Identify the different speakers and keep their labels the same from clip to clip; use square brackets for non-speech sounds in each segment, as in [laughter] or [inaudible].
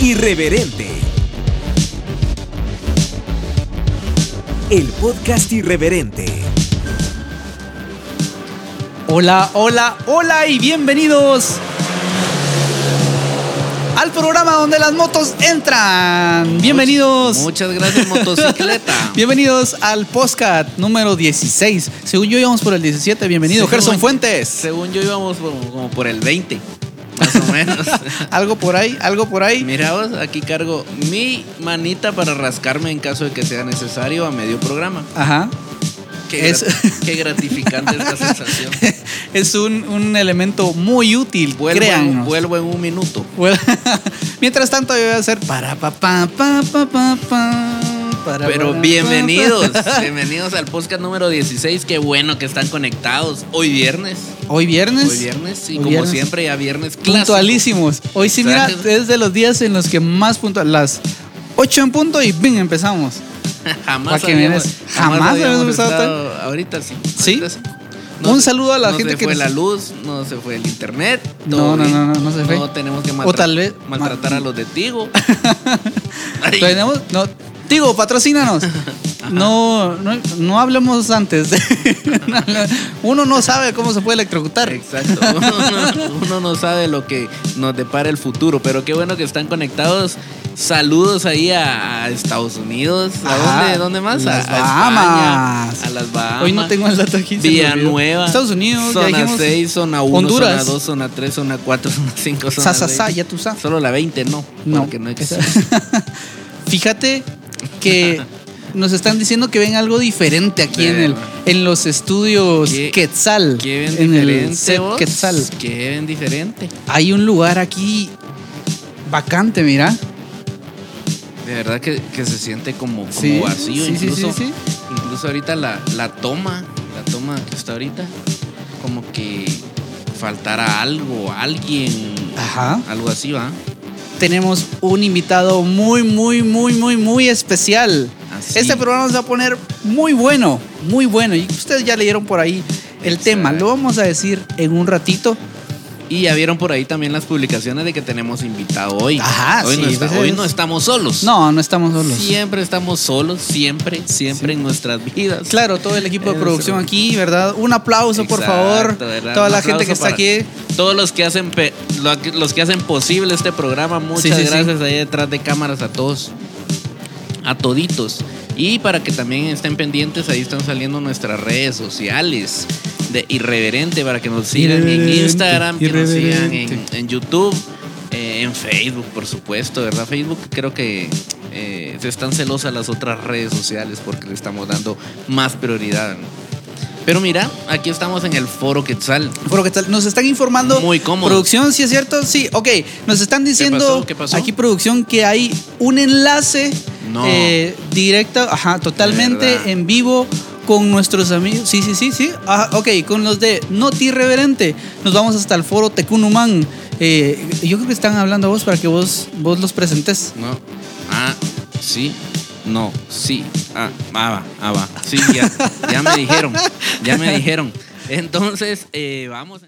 Speaker 1: Irreverente. El podcast irreverente.
Speaker 2: Hola, hola, hola y bienvenidos al programa donde las motos entran. Bienvenidos.
Speaker 3: Muchas
Speaker 2: [laughs]
Speaker 3: gracias, motocicleta.
Speaker 2: Bienvenidos al podcast número 16. Según yo íbamos por el 17. Bienvenido,
Speaker 3: Según-
Speaker 2: Gerson Fuentes.
Speaker 3: Según yo íbamos por- como por el 20, más
Speaker 2: [laughs]
Speaker 3: o menos.
Speaker 2: Algo por ahí, algo por ahí.
Speaker 3: Miraos, aquí cargo mi manita para rascarme en caso de que sea necesario a medio programa.
Speaker 2: Ajá. [laughs]
Speaker 3: Qué,
Speaker 2: Es-
Speaker 3: grat- qué
Speaker 2: [laughs]
Speaker 3: gratificante esta sensación.
Speaker 2: Es un, un elemento muy útil,
Speaker 3: Vuelvo en,
Speaker 2: créannos.
Speaker 3: vuelvo en un minuto.
Speaker 2: Vuel- [laughs] Mientras tanto yo voy a hacer para pa pa pa pa pa pa, para,
Speaker 3: Pero
Speaker 2: para,
Speaker 3: bienvenidos,
Speaker 2: pa, pa.
Speaker 3: bienvenidos al podcast número 16. Qué bueno que están conectados. Hoy viernes.
Speaker 2: [laughs] Hoy viernes.
Speaker 3: Hoy viernes,
Speaker 2: Pues, Hoy
Speaker 3: y como
Speaker 2: viernes.
Speaker 3: siempre, ya viernes clásico.
Speaker 2: Puntualísimos. Hoy sí, mira,
Speaker 3: Exacto.
Speaker 2: es de los días en los que más puntual. Las 8 en punto y ¡bing! empezamos.
Speaker 3: Jamás
Speaker 2: Pa' que
Speaker 3: habíamos,
Speaker 2: veas, jamás habíamos estado
Speaker 3: estado- Ahorita sí.
Speaker 2: ¿Sí?
Speaker 3: ahorita
Speaker 2: Un
Speaker 3: se-
Speaker 2: saludo a la
Speaker 3: no
Speaker 2: gente
Speaker 3: se
Speaker 2: que
Speaker 3: fue
Speaker 2: nos-
Speaker 3: la luz, no se fue el internet.
Speaker 2: No,
Speaker 3: todo
Speaker 2: no,
Speaker 3: bien.
Speaker 2: no, no, no se fue.
Speaker 3: No tenemos que maltra-
Speaker 2: tal vez-
Speaker 3: maltratar
Speaker 2: ma-
Speaker 3: a los
Speaker 2: [laughs]
Speaker 3: de Tigo. Ay,
Speaker 2: Tenemos. No, Tigo,
Speaker 3: [laughs]
Speaker 2: patrocínanos. No, no, no hablemos antes. [laughs] Uno no sabe cómo se puede electrocutar.
Speaker 3: Exacto. Uno, no- uno no sabe lo que nos depara el futuro, pero qué bueno que están conectados. Saludos ahí a, a Estados Unidos. ¿A
Speaker 2: Ajá,
Speaker 3: dónde? ¿Dónde más? A-
Speaker 2: las
Speaker 3: a,
Speaker 2: Bahamas.
Speaker 3: España, a las Bahamas.
Speaker 2: Hoy no tengo el dato aquí. se me olvidó.
Speaker 3: Villanueva.
Speaker 2: Estados Unidos. ya
Speaker 3: Zona
Speaker 2: dijimos.
Speaker 3: 6, zona 1,
Speaker 2: Honduras.
Speaker 3: zona 2, zona 3, zona 4, zona 5, zona
Speaker 2: Sa, sa, sa,
Speaker 3: 6.
Speaker 2: ya tú sabes.
Speaker 3: Solo la 20, no.
Speaker 2: No.
Speaker 3: Porque no existe.
Speaker 2: Fíjate
Speaker 3: [laughs]
Speaker 2: que nos están diciendo que ven algo diferente aquí en el en los estudios
Speaker 3: Qué-
Speaker 2: Quetzal.
Speaker 3: Qué bien
Speaker 2: en el
Speaker 3: diferente
Speaker 2: set
Speaker 3: vos.
Speaker 2: Quetzal.
Speaker 3: Qué bien diferente.
Speaker 2: Hay un lugar aquí vacante, mira.
Speaker 3: De verdad que, que se siente como, como
Speaker 2: Sí,
Speaker 3: vacío.
Speaker 2: sí, sí,
Speaker 3: incluso,
Speaker 2: sí, sí.
Speaker 3: incluso ahorita la, la toma, la toma que está ahorita, como que faltara algo, alguien.
Speaker 2: Ajá.
Speaker 3: Algo así, ¿va?
Speaker 2: Tenemos un invitado muy, muy, muy, muy, muy especial.
Speaker 3: Así.
Speaker 2: Este programa nos va a poner muy bueno, muy bueno. Y ustedes ya leyeron por ahí el
Speaker 3: Exacto.
Speaker 2: tema. Lo vamos a decir en un ratito.
Speaker 3: Y ya vieron por ahí también las publicaciones de que tenemos invitado hoy.
Speaker 2: Ajá,
Speaker 3: hoy
Speaker 2: sí,
Speaker 3: No está-
Speaker 2: pues
Speaker 3: hoy
Speaker 2: es-
Speaker 3: no estamos solos.
Speaker 2: No, no estamos solos.
Speaker 3: Siempre estamos solos, siempre, siempre en nuestras vidas.
Speaker 2: Claro, todo el equipo de
Speaker 3: Eso.
Speaker 2: producción aquí, ¿verdad? Un aplauso, por favor.
Speaker 3: Exacto, ¿verdad?
Speaker 2: Toda
Speaker 3: Un
Speaker 2: la
Speaker 3: aplauso
Speaker 2: gente que está
Speaker 3: para
Speaker 2: aquí.
Speaker 3: Todos los que hacen pe- lo- los que hacen posible este programa, muchas
Speaker 2: Sí, sí, sí.
Speaker 3: gracias ahí detrás de cámaras a todos. A toditos. Y para que también estén pendientes, ahí están saliendo nuestras redes sociales de Irreverente para que nos sigan
Speaker 2: Irreverente,
Speaker 3: en Instagram, que nos sigan en,
Speaker 2: irreverente.
Speaker 3: en YouTube, eh, en Facebook, por supuesto, ¿verdad? Facebook creo que eh, se están celosas las otras redes sociales porque le estamos dando más prioridad. ¿no? Pero mira, aquí estamos en el Foro Quetzal.
Speaker 2: Foro que tal- Nos están informando.
Speaker 3: Muy cómodo.
Speaker 2: Producción, ¿sí es cierto? Sí, ok. Nos están diciendo
Speaker 3: pasó? ¿Qué pasó?
Speaker 2: aquí, producción, que hay un enlace
Speaker 3: No.
Speaker 2: eh, directo, ajá, totalmente
Speaker 3: ¿Verdad?
Speaker 2: en vivo con nuestros amigos. Sí, sí, sí, sí. Ajá, ok, con los de Noti Irreverente. Nos vamos hasta el foro Tecunumán. Eh, yo creo que están hablando a vos para que vos, vos los presentes.
Speaker 3: No. Ah, sí. No, sí. Ah, ah, va, ah, va. Sí, ya, ya me dijeron. Ya me dijeron. Entonces, eh, vamos.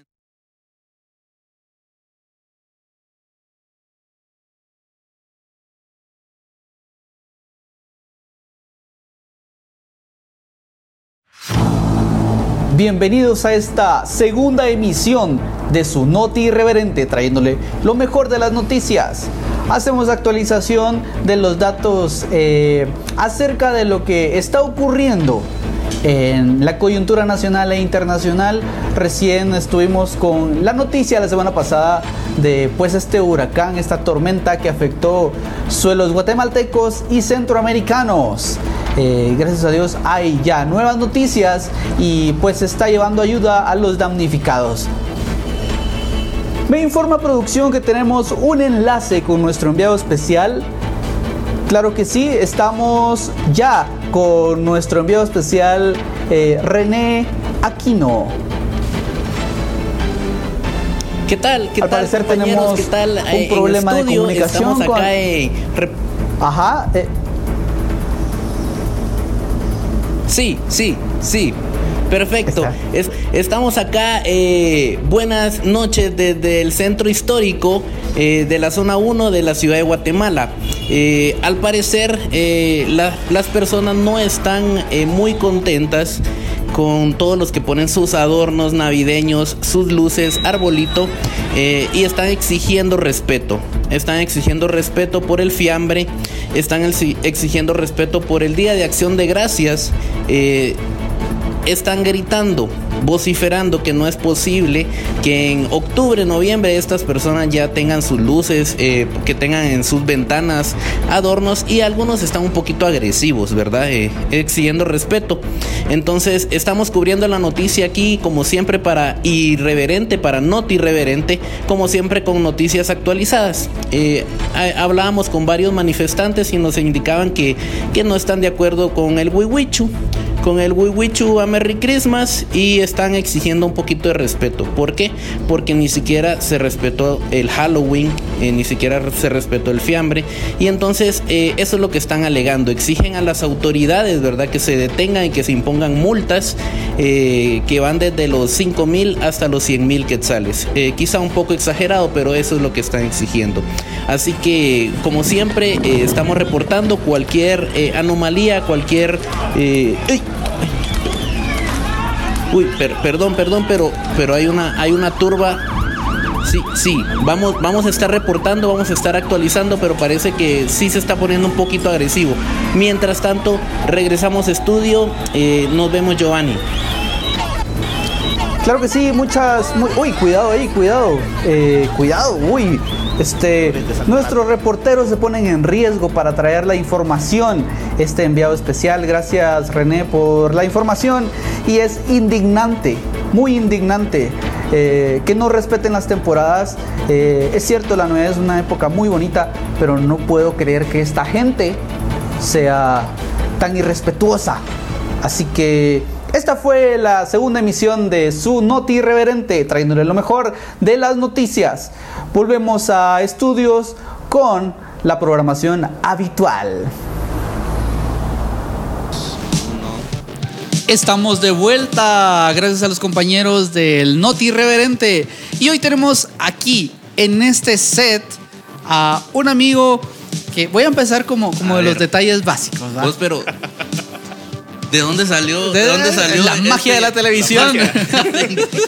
Speaker 2: Bienvenidos a esta segunda emisión de su Noti Irreverente, trayéndole lo mejor de las noticias. Hacemos actualización de los datos eh, acerca de lo que está ocurriendo en la coyuntura nacional e internacional. Recién estuvimos con la noticia la semana pasada de pues este huracán, esta tormenta que afectó suelos guatemaltecos y centroamericanos. Eh, gracias a Dios hay ya nuevas noticias y pues se está llevando ayuda a los damnificados. Me informa producción que tenemos un enlace con nuestro enviado especial. Claro que sí, estamos ya con nuestro enviado especial eh, René Aquino.
Speaker 4: ¿Qué tal? ¿Qué tal,
Speaker 2: Al parecer
Speaker 4: compañeros?
Speaker 2: tenemos
Speaker 4: ¿Qué tal?
Speaker 2: un
Speaker 4: Eh, en
Speaker 2: problema de
Speaker 4: estudio
Speaker 2: comunicación
Speaker 4: Estamos acá
Speaker 2: con-
Speaker 4: en Rep-
Speaker 2: Ajá, eh,
Speaker 4: Sí, sí, sí.
Speaker 3: Perfecto.
Speaker 5: Está.
Speaker 3: Es- estamos acá. eh, buenas noches desde el centro histórico eh, de la zona 1 de la ciudad de Guatemala. Eh, al parecer, eh, la- las personas no están eh, muy contentas con todos los que ponen sus adornos navideños, sus luces, arbolito, eh, y están exigiendo respeto. Están exigiendo respeto por el fiambre, están exi- exigiendo respeto por el Día de Acción de Gracias. eh, están gritando, vociferando que no es posible que en octubre, noviembre estas personas ya tengan sus luces, eh, que tengan en sus ventanas adornos y algunos están un poquito agresivos, ¿verdad? Eh, exigiendo respeto. Entonces estamos cubriendo la noticia aquí como siempre para irreverente, para not irreverente, como siempre con noticias actualizadas. Eh, ha- hablábamos con varios manifestantes y nos indicaban que, que no están de acuerdo con el Wiwichu con el Wiwichu a Merry Christmas y están exigiendo un poquito de respeto. ¿Por qué? Porque ni siquiera se respetó el Halloween, eh, ni siquiera se respetó el fiambre. Y entonces eh, eso es lo que están alegando. Exigen a las autoridades, ¿verdad? Que se detengan y que se impongan multas eh, que van desde los 5 mil hasta los 100 mil quetzales. Eh, quizá un poco exagerado, pero eso es lo que están exigiendo. Así que, como siempre, eh, estamos reportando cualquier eh, anomalía, cualquier... eh, ¡ay! Uy, per- perdón, perdón, pero, pero hay, una, hay una turba. Sí, sí, vamos, vamos a estar reportando, vamos a estar actualizando, pero parece que sí se está poniendo un poquito agresivo. Mientras tanto, regresamos a estudio. eh, nos vemos, Giovanni.
Speaker 5: Claro que sí, muchas. mu- uy, cuidado ahí, cuidado. eh, cuidado, uy. Este, nuestros reporteros se ponen en riesgo para traer la información. Este enviado especial, gracias René por la información. Y es indignante, muy indignante, eh, que no respeten las temporadas. Eh, es cierto, la Navidad es una época muy bonita, pero no puedo creer que esta gente sea tan irrespetuosa. Así que esta fue la segunda emisión de su Noti Irreverente, trayéndole lo mejor de las noticias. Volvemos a estudios con la programación habitual.
Speaker 2: Estamos de vuelta, gracias a los compañeros del Noti Irreverente. Y hoy tenemos aquí, en este set, a un amigo que voy a empezar como, como
Speaker 3: A
Speaker 2: de los
Speaker 3: ver.
Speaker 2: detalles básicos. ¿va?
Speaker 3: Vos, Pues, pero. ¿De dónde salió? ¿De,
Speaker 2: De-
Speaker 3: dónde salió?
Speaker 2: la magia de la televisión.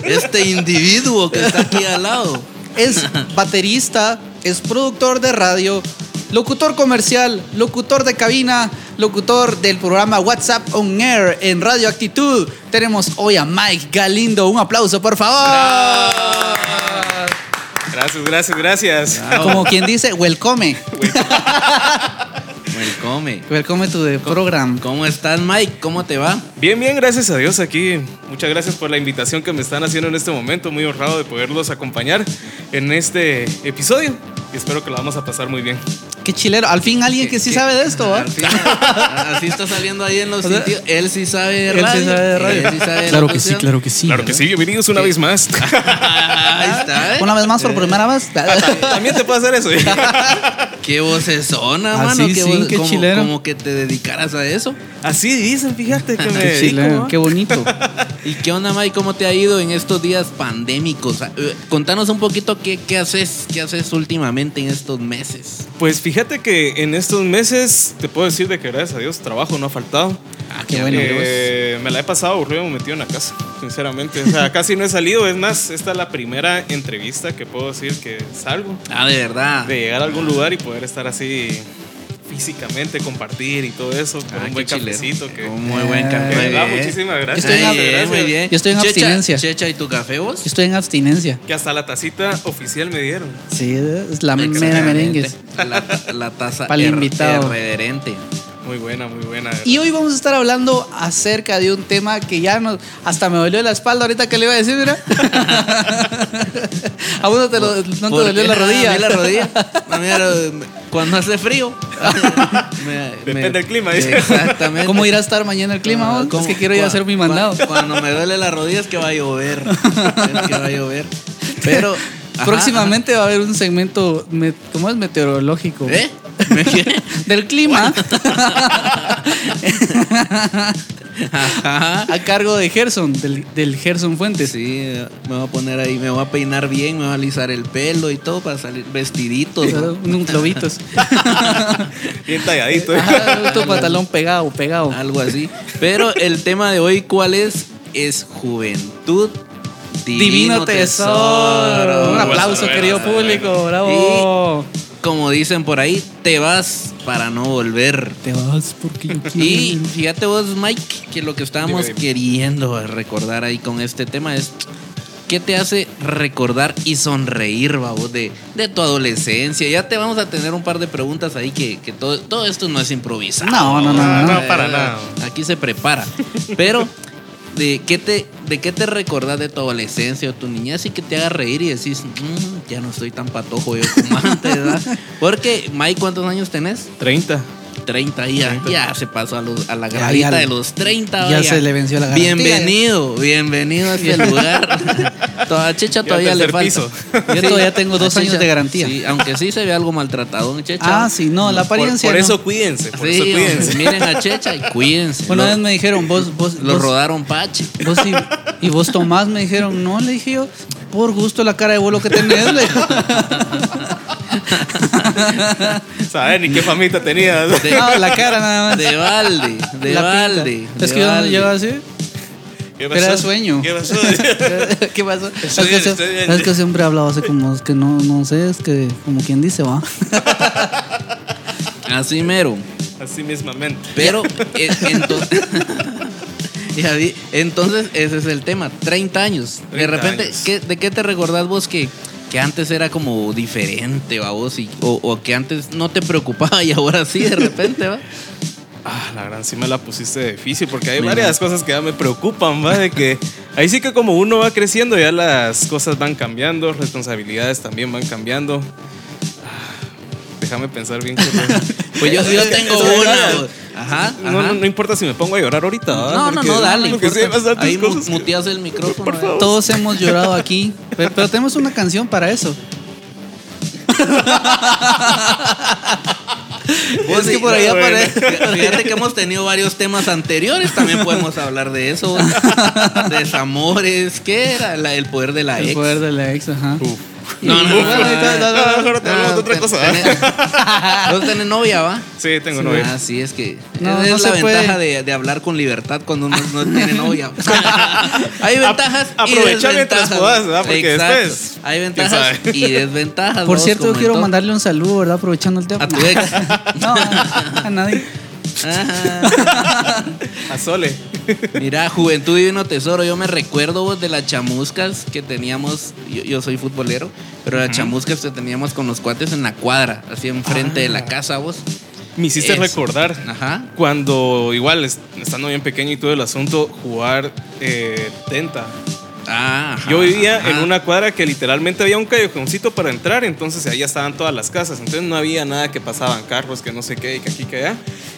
Speaker 3: este individuo que está aquí al lado.
Speaker 2: [laughs] Es baterista, es productor de radio, locutor comercial, locutor de cabina, locutor del programa WhatsApp On Air en Radio Actitud. Tenemos hoy a Mike Galindo. Un aplauso, por favor.
Speaker 6: Gracias, gracias, gracias.
Speaker 2: Como quien dice, welcome.
Speaker 3: Welcome.
Speaker 2: Welcome to the program.
Speaker 3: Pues, ¿Cómo estás, Mike? ¿Cómo te va?
Speaker 6: Bien, bien, gracias a Dios aquí. Muchas gracias por la invitación que me están haciendo en este momento. Muy honrado de poderlos acompañar en este episodio. Y espero que lo vamos a pasar muy bien.
Speaker 2: Qué chilero. Al fin alguien que sí
Speaker 3: ¿Qué-
Speaker 2: sabe de
Speaker 3: qué-
Speaker 2: esto, ¿va?
Speaker 3: al fin- Así está saliendo ahí en los sitios. Él sí sabe de
Speaker 2: Él sí
Speaker 3: radio.
Speaker 2: sabe de radio.
Speaker 3: Él sí sabe de
Speaker 7: Claro
Speaker 3: la
Speaker 7: que sí,
Speaker 3: cuestión.
Speaker 7: claro que sí.
Speaker 6: Claro que sí, bienvenidos una vez [laughs] más.
Speaker 3: [laughs] Ahí está. ¿eh? Ah,
Speaker 2: Una vez más, por primera vez.
Speaker 6: También te puede hacer eso. ¿eh?
Speaker 3: Qué vocesona,
Speaker 7: Ah,
Speaker 3: mano.
Speaker 7: sí,
Speaker 3: qué
Speaker 7: sí,
Speaker 3: voz-
Speaker 7: qué
Speaker 3: como,
Speaker 7: chilero.
Speaker 3: como que te dedicaras a eso.
Speaker 6: [laughs] Así dicen, fíjate
Speaker 3: [laughs]
Speaker 6: que me.
Speaker 7: Qué
Speaker 6: dedico,
Speaker 7: chilero,
Speaker 6: ¿no?
Speaker 2: Qué bonito.
Speaker 3: ¿Y qué onda, Mike? ¿Cómo te ha ido en estos días pandémicos? Eh, Contanos un poquito qué, qué haces, qué haces últimamente en estos meses.
Speaker 6: Pues fíjate que en estos meses te puedo decir de que gracias a Dios trabajo no ha faltado.
Speaker 3: Ah,
Speaker 2: qué bueno.
Speaker 6: Eh, me la he pasado aburrido metido en la casa, sinceramente. O sea, casi no he salido. Es más, esta es la primera entrevista que puedo decir que salgo.
Speaker 3: Ah, de verdad.
Speaker 6: De llegar a algún lugar y poder estar así físicamente, compartir y todo eso. Con
Speaker 3: Ah,
Speaker 6: un
Speaker 3: qué
Speaker 6: buen
Speaker 3: chilero.
Speaker 6: cafecito que...
Speaker 3: Un Muy
Speaker 2: Ah,
Speaker 3: buen café.
Speaker 6: de verdad,
Speaker 3: Muy bien.
Speaker 6: muchísimas gracias.
Speaker 2: Estoy en-
Speaker 6: Muchas gracias.
Speaker 3: muy bien.
Speaker 2: Yo estoy en
Speaker 3: Checha,
Speaker 2: abstinencia.
Speaker 3: Checha, ¿y tu café vos?
Speaker 2: Yo estoy en abstinencia.
Speaker 6: Que hasta la tacita oficial me dieron.
Speaker 2: Sí, es la mera
Speaker 3: Exactamente.
Speaker 2: merengues.
Speaker 3: La, la taza
Speaker 2: Pa'l
Speaker 3: er-
Speaker 2: invitado.
Speaker 3: irreverente.
Speaker 6: Muy buena, muy buena. de
Speaker 2: Y
Speaker 6: verdad.
Speaker 2: hoy vamos a estar hablando acerca de un tema que ya nos. Hasta me dolió la espalda ahorita que le iba a decir, mira. [laughs] a uno te lo- no te
Speaker 3: ¿Por
Speaker 2: dolió
Speaker 3: qué?
Speaker 2: la
Speaker 3: Ah, A
Speaker 2: rodilla.
Speaker 3: mí la rodilla. A mí la rodilla. Cuando hace
Speaker 2: [laughs]
Speaker 3: frío. me-
Speaker 6: Depende del clima, dice.
Speaker 3: Exactamente.
Speaker 2: ¿Cómo irá a estar mañana el clima? vos?
Speaker 3: Ah, ¿Cómo?
Speaker 2: Es que quiero ir a
Speaker 3: Cua-
Speaker 2: hacer mi mandado.
Speaker 3: cua- Cuando me duele la rodilla es que va a llover. Es que va a llover. Pero. ajá,
Speaker 2: Próximamente va a haber un segmento, me- ¿cómo es? Meteorológico. [laughs]
Speaker 3: ¿Eh? ajá. ¿Eh? ¿Me qué?
Speaker 2: Del clima.
Speaker 3: Ajá.
Speaker 2: a cargo de Gerson, del, del Gerson Fuentes.
Speaker 3: Sí, me voy a poner ahí, me voy a peinar bien, me voy a alisar el pelo y todo para salir vestidito. ¿no?
Speaker 2: Unos globitos.
Speaker 6: Bien talladito.
Speaker 2: Ajá, tu pantalón pegado, pegado.
Speaker 3: Algo así. Pero el tema de hoy, ¿cuál es? Es juventud.
Speaker 2: Divino tesoro. Un
Speaker 6: Buenas,
Speaker 2: aplauso,
Speaker 6: buenas,
Speaker 2: querido
Speaker 6: buenas.
Speaker 2: público. Bravo.
Speaker 6: pues.
Speaker 3: Como dicen por ahí, te vas para no volver.
Speaker 2: Te vas porque yo
Speaker 3: Y fíjate vos, Mike, que lo que estábamos
Speaker 6: Dime, dime.
Speaker 3: queriendo recordar ahí con este tema es ¿qué te hace recordar y sonreír, babos, de, de tu adolescencia? Ya te vamos a tener un par de preguntas ahí que, que todo, todo esto no es improvisado.
Speaker 2: No, no, no, no, no.
Speaker 6: No, para nada.
Speaker 3: Aquí se prepara. Pero, ¿de qué te, de qué te recordás de tu adolescencia o tu niñez y que te haga reír y decís, "Mm, ya no estoy tan patojo yo como antes, ¿verdad? Porque, Mike, ¿cuántos años tenés?
Speaker 6: 30.
Speaker 3: 30 ya, ya se pasó a, los- a la
Speaker 2: Ya,
Speaker 3: gravita
Speaker 2: ya.
Speaker 3: de los 30.
Speaker 2: Ya
Speaker 3: vaya.
Speaker 2: se le venció la garantía.
Speaker 3: Bienvenido, bienvenido a este
Speaker 2: [laughs]
Speaker 3: lugar. Toda Checha
Speaker 6: Ya
Speaker 3: todavía le
Speaker 6: tercer
Speaker 3: falta.
Speaker 6: piso.
Speaker 2: Yo todavía tengo dos
Speaker 3: a
Speaker 2: años
Speaker 3: Checha,
Speaker 2: de garantía.
Speaker 3: sí, aunque sí se ve algo maltratado Checha.
Speaker 2: Ah, sí, no, la
Speaker 6: Por,
Speaker 2: apariencia.
Speaker 6: por
Speaker 2: no.
Speaker 6: eso cuídense, por
Speaker 3: Sí,
Speaker 6: eso
Speaker 3: hombre,
Speaker 6: cuídense. [laughs]
Speaker 3: miren a Checha y cuídense.
Speaker 2: Una
Speaker 3: Lo-
Speaker 2: vez me dijeron, vos, vos,
Speaker 3: lo
Speaker 2: vos,
Speaker 3: rodaron Pache.
Speaker 2: vos y, y vos Tomás me dijeron, no, le dije yo, por gusto la cara de vuelo que tenés. le dije.
Speaker 6: Saber ni qué famita
Speaker 3: [laughs]
Speaker 6: tenías.
Speaker 3: De,
Speaker 2: No, la cara nada más.
Speaker 3: de balde, de
Speaker 2: La pinta.
Speaker 3: balde.
Speaker 2: Es
Speaker 3: de
Speaker 2: que yo
Speaker 3: balde.
Speaker 2: yo
Speaker 3: [laughs]
Speaker 2: así.
Speaker 6: ¿Qué
Speaker 2: Era sueño.
Speaker 6: ¿Qué pasó?
Speaker 2: ¿Qué pasó?
Speaker 6: Estoy
Speaker 2: es,
Speaker 6: bien,
Speaker 2: que,
Speaker 6: estoy bien.
Speaker 2: es que siempre he hablado así como es que no, no sé, es que como quien dice, va.
Speaker 3: Pues. Así mero.
Speaker 6: Así mismamente.
Speaker 3: Pero eh, entonces, [laughs] Ya vi. entonces ese es el tema, 30 años. de
Speaker 6: 30
Speaker 3: repente,
Speaker 6: años.
Speaker 3: ¿qué- ¿de qué te recordás vos que, que antes era como diferente, va vos? Y, o, o que antes no te preocupaba y ahora sí, de repente,
Speaker 6: [laughs]
Speaker 3: va.
Speaker 6: Ah, la gran sí me la pusiste difícil porque hay
Speaker 3: Mira.
Speaker 6: varias cosas que ya me preocupan, ¿va? De que ahí sí que como uno va creciendo ya las cosas van cambiando, responsabilidades también van cambiando. Ah, Déjame pensar bien. qué- [laughs]
Speaker 3: Pues yo, yo tengo
Speaker 6: eso es
Speaker 3: una.
Speaker 6: verdad.
Speaker 3: vos. Ajá,
Speaker 6: No,
Speaker 3: ajá.
Speaker 6: no, no importa si me pongo a llorar ahorita. ¿va?
Speaker 3: No, no,
Speaker 6: Porque-
Speaker 3: no, dale.
Speaker 6: Porque sí hay
Speaker 3: importa.
Speaker 6: bastantes
Speaker 3: Ahí mu-
Speaker 6: cosas que-
Speaker 3: muteas el micrófono. ¿eh?
Speaker 2: Todos hemos llorado aquí, pe- pero, tenemos una canción para eso.
Speaker 3: Vos
Speaker 2: Es que
Speaker 3: sí,
Speaker 2: por
Speaker 3: no,
Speaker 6: ah,
Speaker 2: allá
Speaker 3: bueno.
Speaker 2: aparece.
Speaker 3: Fíjate que hemos tenido varios temas anteriores, también podemos hablar de
Speaker 6: [laughs]
Speaker 3: eso. Desamores, ¿qué era? La- el poder de la
Speaker 2: El
Speaker 3: ex.
Speaker 2: poder de la ex, ajá.
Speaker 6: Uf.
Speaker 3: No, no, no,
Speaker 2: Bueno, ahorita-
Speaker 3: no, no,
Speaker 6: Ah, mejor te hablamos de otra
Speaker 3: ten-
Speaker 6: cosa.
Speaker 3: tenés- [laughs] Vos tenés novia, ¿va?
Speaker 6: Sí, tengo novia.
Speaker 3: Ah, sí, es que
Speaker 2: No,
Speaker 3: esa
Speaker 2: no
Speaker 3: es
Speaker 2: se
Speaker 3: la
Speaker 2: puede.
Speaker 3: ventaja de, de hablar con libertad cuando uno no tiene
Speaker 6: [laughs]
Speaker 3: novia. Hay ventajas
Speaker 6: Ap-
Speaker 3: y
Speaker 6: aprovecha mientras
Speaker 3: desventajas.
Speaker 6: podás, ¿verdad? Porque
Speaker 3: Exacto.
Speaker 6: después,
Speaker 3: Hay
Speaker 6: quién
Speaker 3: ventajas
Speaker 6: sabe.
Speaker 3: y desventajas.
Speaker 2: Por
Speaker 3: vos,
Speaker 2: cierto,
Speaker 3: como
Speaker 2: yo
Speaker 3: en
Speaker 2: quiero
Speaker 3: todo.
Speaker 2: mandarle un saludo, ¿verdad? Aprovechando el tema.
Speaker 3: a tu ex.
Speaker 2: No, a, a nadie.
Speaker 3: Ajá.
Speaker 6: A Sole.
Speaker 3: Mira, Juventud Divino Tesoro, yo me recuerdo vos, de las chamuscas que teníamos, yo, yo soy futbolero, pero las chamuscas que teníamos con los cuates en la cuadra, así enfrente de
Speaker 6: Ah.
Speaker 3: la casa vos.
Speaker 6: Me hiciste
Speaker 3: Es-
Speaker 6: recordar
Speaker 3: Ajá.
Speaker 6: cuando, igual, est- estando bien pequeño y todo el asunto, jugar eh, tenta.
Speaker 3: Ah, ajá,
Speaker 6: Yo vivía
Speaker 3: ajá.
Speaker 6: en una cuadra que literalmente había un callejoncito para entrar, entonces allá estaban todas las casas, entonces no había nada que pasaban carros, que no sé qué, y que aquí, que allá.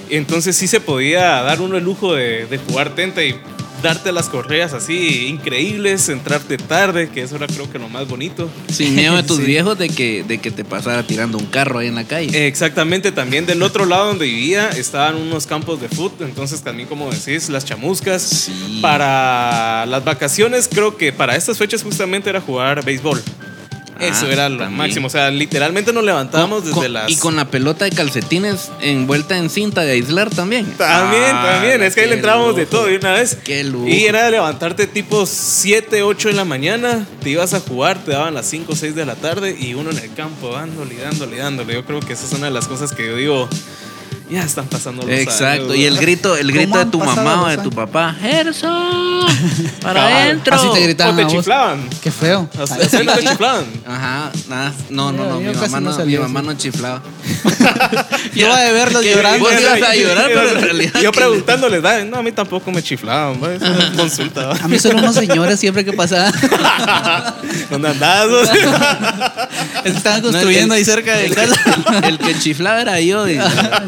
Speaker 6: Entonces sí se podía dar uno el lujo de, de jugar tenta y darte las correas así increíbles, entrarte tarde, que eso era creo que lo más bonito.
Speaker 3: Sin
Speaker 6: [laughs]
Speaker 3: miedo de tus
Speaker 6: Sí. Eh,
Speaker 3: viejos de que, de que te pasara tirando un carro ahí en la calle.
Speaker 6: Exactamente, también del otro lado donde vivía estaban unos campos de fútbol, entonces también como decís, las chamuscas.
Speaker 3: Sí.
Speaker 6: Para las vacaciones creo que para estas fechas justamente era jugar béisbol.
Speaker 3: Ah,
Speaker 6: Eso era lo
Speaker 3: también.
Speaker 6: máximo, o sea, literalmente nos levantábamos
Speaker 3: Con-
Speaker 6: desde
Speaker 3: con-
Speaker 6: las...
Speaker 3: Y con la pelota de calcetines envuelta en cinta de aislar también.
Speaker 6: También,
Speaker 3: Ah,
Speaker 6: también, es que ahí
Speaker 3: qué
Speaker 6: le entrábamos de
Speaker 3: lujo.
Speaker 6: todo de una vez.
Speaker 3: Qué lujo.
Speaker 6: Y era de levantarte tipo 7, 8 de la mañana, te ibas a jugar, te daban las 5, 6 de la tarde y uno en el campo dándole, dándole, dándole. Yo creo que esa es una de las cosas que yo digo, ya están pasando los
Speaker 3: Exacto,
Speaker 6: años,
Speaker 3: y el
Speaker 6: ¿verdad?
Speaker 3: grito, el
Speaker 2: ¿Cómo
Speaker 3: grito de
Speaker 2: han
Speaker 3: tu
Speaker 2: pasado
Speaker 3: mamá o
Speaker 2: los
Speaker 3: de tu
Speaker 2: años?
Speaker 3: papá. Gerson, para
Speaker 6: Cabal.
Speaker 3: adentro.
Speaker 2: Así te gritaban
Speaker 6: O te
Speaker 2: a vos.
Speaker 6: chiflaban.
Speaker 2: Qué feo.
Speaker 6: O sea, sí,
Speaker 3: [laughs]
Speaker 6: te chiflaban.
Speaker 3: Ajá, nada, no, no, no,
Speaker 2: Yo- yo
Speaker 3: mi
Speaker 2: casi
Speaker 3: mamá
Speaker 2: no
Speaker 3: no, mi
Speaker 2: sabía
Speaker 3: mamá
Speaker 2: eso.
Speaker 3: no chiflaba.
Speaker 2: Yo voy a verlos
Speaker 3: Qué
Speaker 2: llorando.
Speaker 3: Vos ibas
Speaker 6: [laughs]
Speaker 3: a llorar, pero en realidad
Speaker 6: Yo
Speaker 3: que-
Speaker 6: preguntándoles, "Ah, no, a mí tampoco me chiflaban, va,
Speaker 3: [laughs]
Speaker 6: es una consulta.
Speaker 2: A
Speaker 6: va.
Speaker 2: mí son unos señores siempre que pasaban.
Speaker 6: [laughs]
Speaker 3: [laughs]
Speaker 6: ¿Dónde andabas?
Speaker 2: [laughs] Estaban
Speaker 3: No, el-
Speaker 2: construyendo ahí
Speaker 3: el-
Speaker 2: cerca
Speaker 3: [laughs]
Speaker 2: de
Speaker 3: el,
Speaker 2: casa.
Speaker 3: que- el que chiflaba era
Speaker 2: [laughs]
Speaker 3: yo. dice.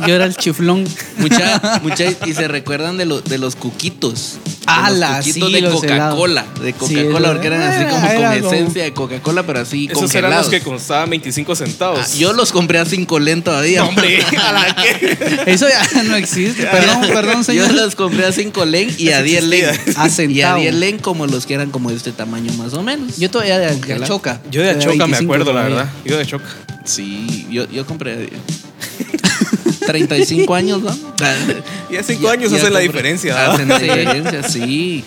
Speaker 2: Yo era el chiflón.
Speaker 3: Mucha, mucha, y se recuerdan de, lo- de los cuquitos.
Speaker 2: ¡Ala!
Speaker 3: los tuquitos
Speaker 2: Sí,
Speaker 3: de
Speaker 2: los
Speaker 3: Coca-Cola.
Speaker 2: helados.
Speaker 3: De
Speaker 2: Sí,
Speaker 3: Coca-Cola,
Speaker 2: era-
Speaker 3: porque eran así como
Speaker 2: era
Speaker 3: con
Speaker 2: como-
Speaker 3: esencia de Coca-Cola, pero así
Speaker 6: Esos eran los
Speaker 3: congelados.
Speaker 6: que costaban 25 centavos.
Speaker 3: Ah, yo los compré a 5 len todavía. [laughs]
Speaker 6: Hombre, a la que.
Speaker 2: Eso ya [laughs] no existe. Perdón, perdón, señor.
Speaker 3: Yo los compré a 5 len y a 10 len.
Speaker 2: existía. A
Speaker 3: Y a
Speaker 2: centavo.
Speaker 3: 10 len como los que eran como de este tamaño más o menos.
Speaker 2: Yo todavía de, de
Speaker 3: Ojalá.
Speaker 2: Choca.
Speaker 6: Yo de Achoca me
Speaker 2: 25
Speaker 6: acuerdo, la
Speaker 2: todavía.
Speaker 6: verdad. Yo de Achoca.
Speaker 3: Sí, yo, yo compré [laughs] 35 años, ¿no?
Speaker 6: Ya cinco años hacen la diferencia,
Speaker 3: Hacen
Speaker 6: [laughs]
Speaker 3: la diferencia, sí.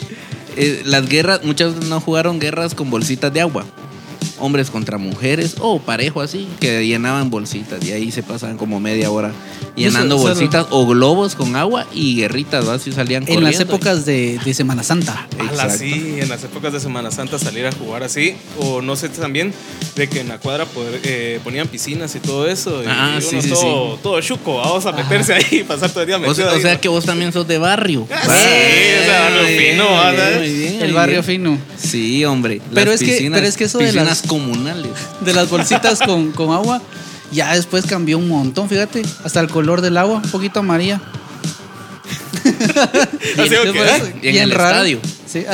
Speaker 3: Eh, las guerras, muchas no jugaron guerras con bolsitas de agua. Hombres contra mujeres o parejo así, que llenaban bolsitas y ahí se pasaban como media hora llenando
Speaker 2: Yo solo-
Speaker 3: bolsitas o globos con agua y guerritas, ¿no? así salían
Speaker 2: En las
Speaker 3: corriendo.
Speaker 2: épocas de, de Semana Santa.
Speaker 6: Ala,
Speaker 3: Exacto.
Speaker 6: sí, en las épocas de Semana Santa salir a jugar así. O no sé también, de que en la cuadra poder- eh, ponían piscinas y todo eso. Y
Speaker 3: Ah,
Speaker 6: uno
Speaker 3: sí, sí,
Speaker 6: todo, todo chuco, vamos a meterse ahí y pasar todo el día
Speaker 3: O
Speaker 6: metido
Speaker 3: sea,
Speaker 6: ahí,
Speaker 3: o sea
Speaker 6: ¿no?
Speaker 3: que vos también sos de barrio.
Speaker 6: Ah, sí, o sea, barrio fino, ¿verdad?
Speaker 2: El barrio fino.
Speaker 3: Sí, hombre.
Speaker 2: Pero
Speaker 3: las
Speaker 2: es que-
Speaker 3: piscinas-
Speaker 2: pero es que eso de
Speaker 3: piscinas
Speaker 2: las-
Speaker 3: comunales.
Speaker 2: De las bolsitas con, con agua. Ya después cambió un montón, fíjate. Hasta el color del agua, un poquito
Speaker 3: [laughs]
Speaker 2: amarilla.
Speaker 6: Así
Speaker 3: Y en-
Speaker 6: que-
Speaker 3: por eso- y en el estadio. [laughs]
Speaker 2: Sí.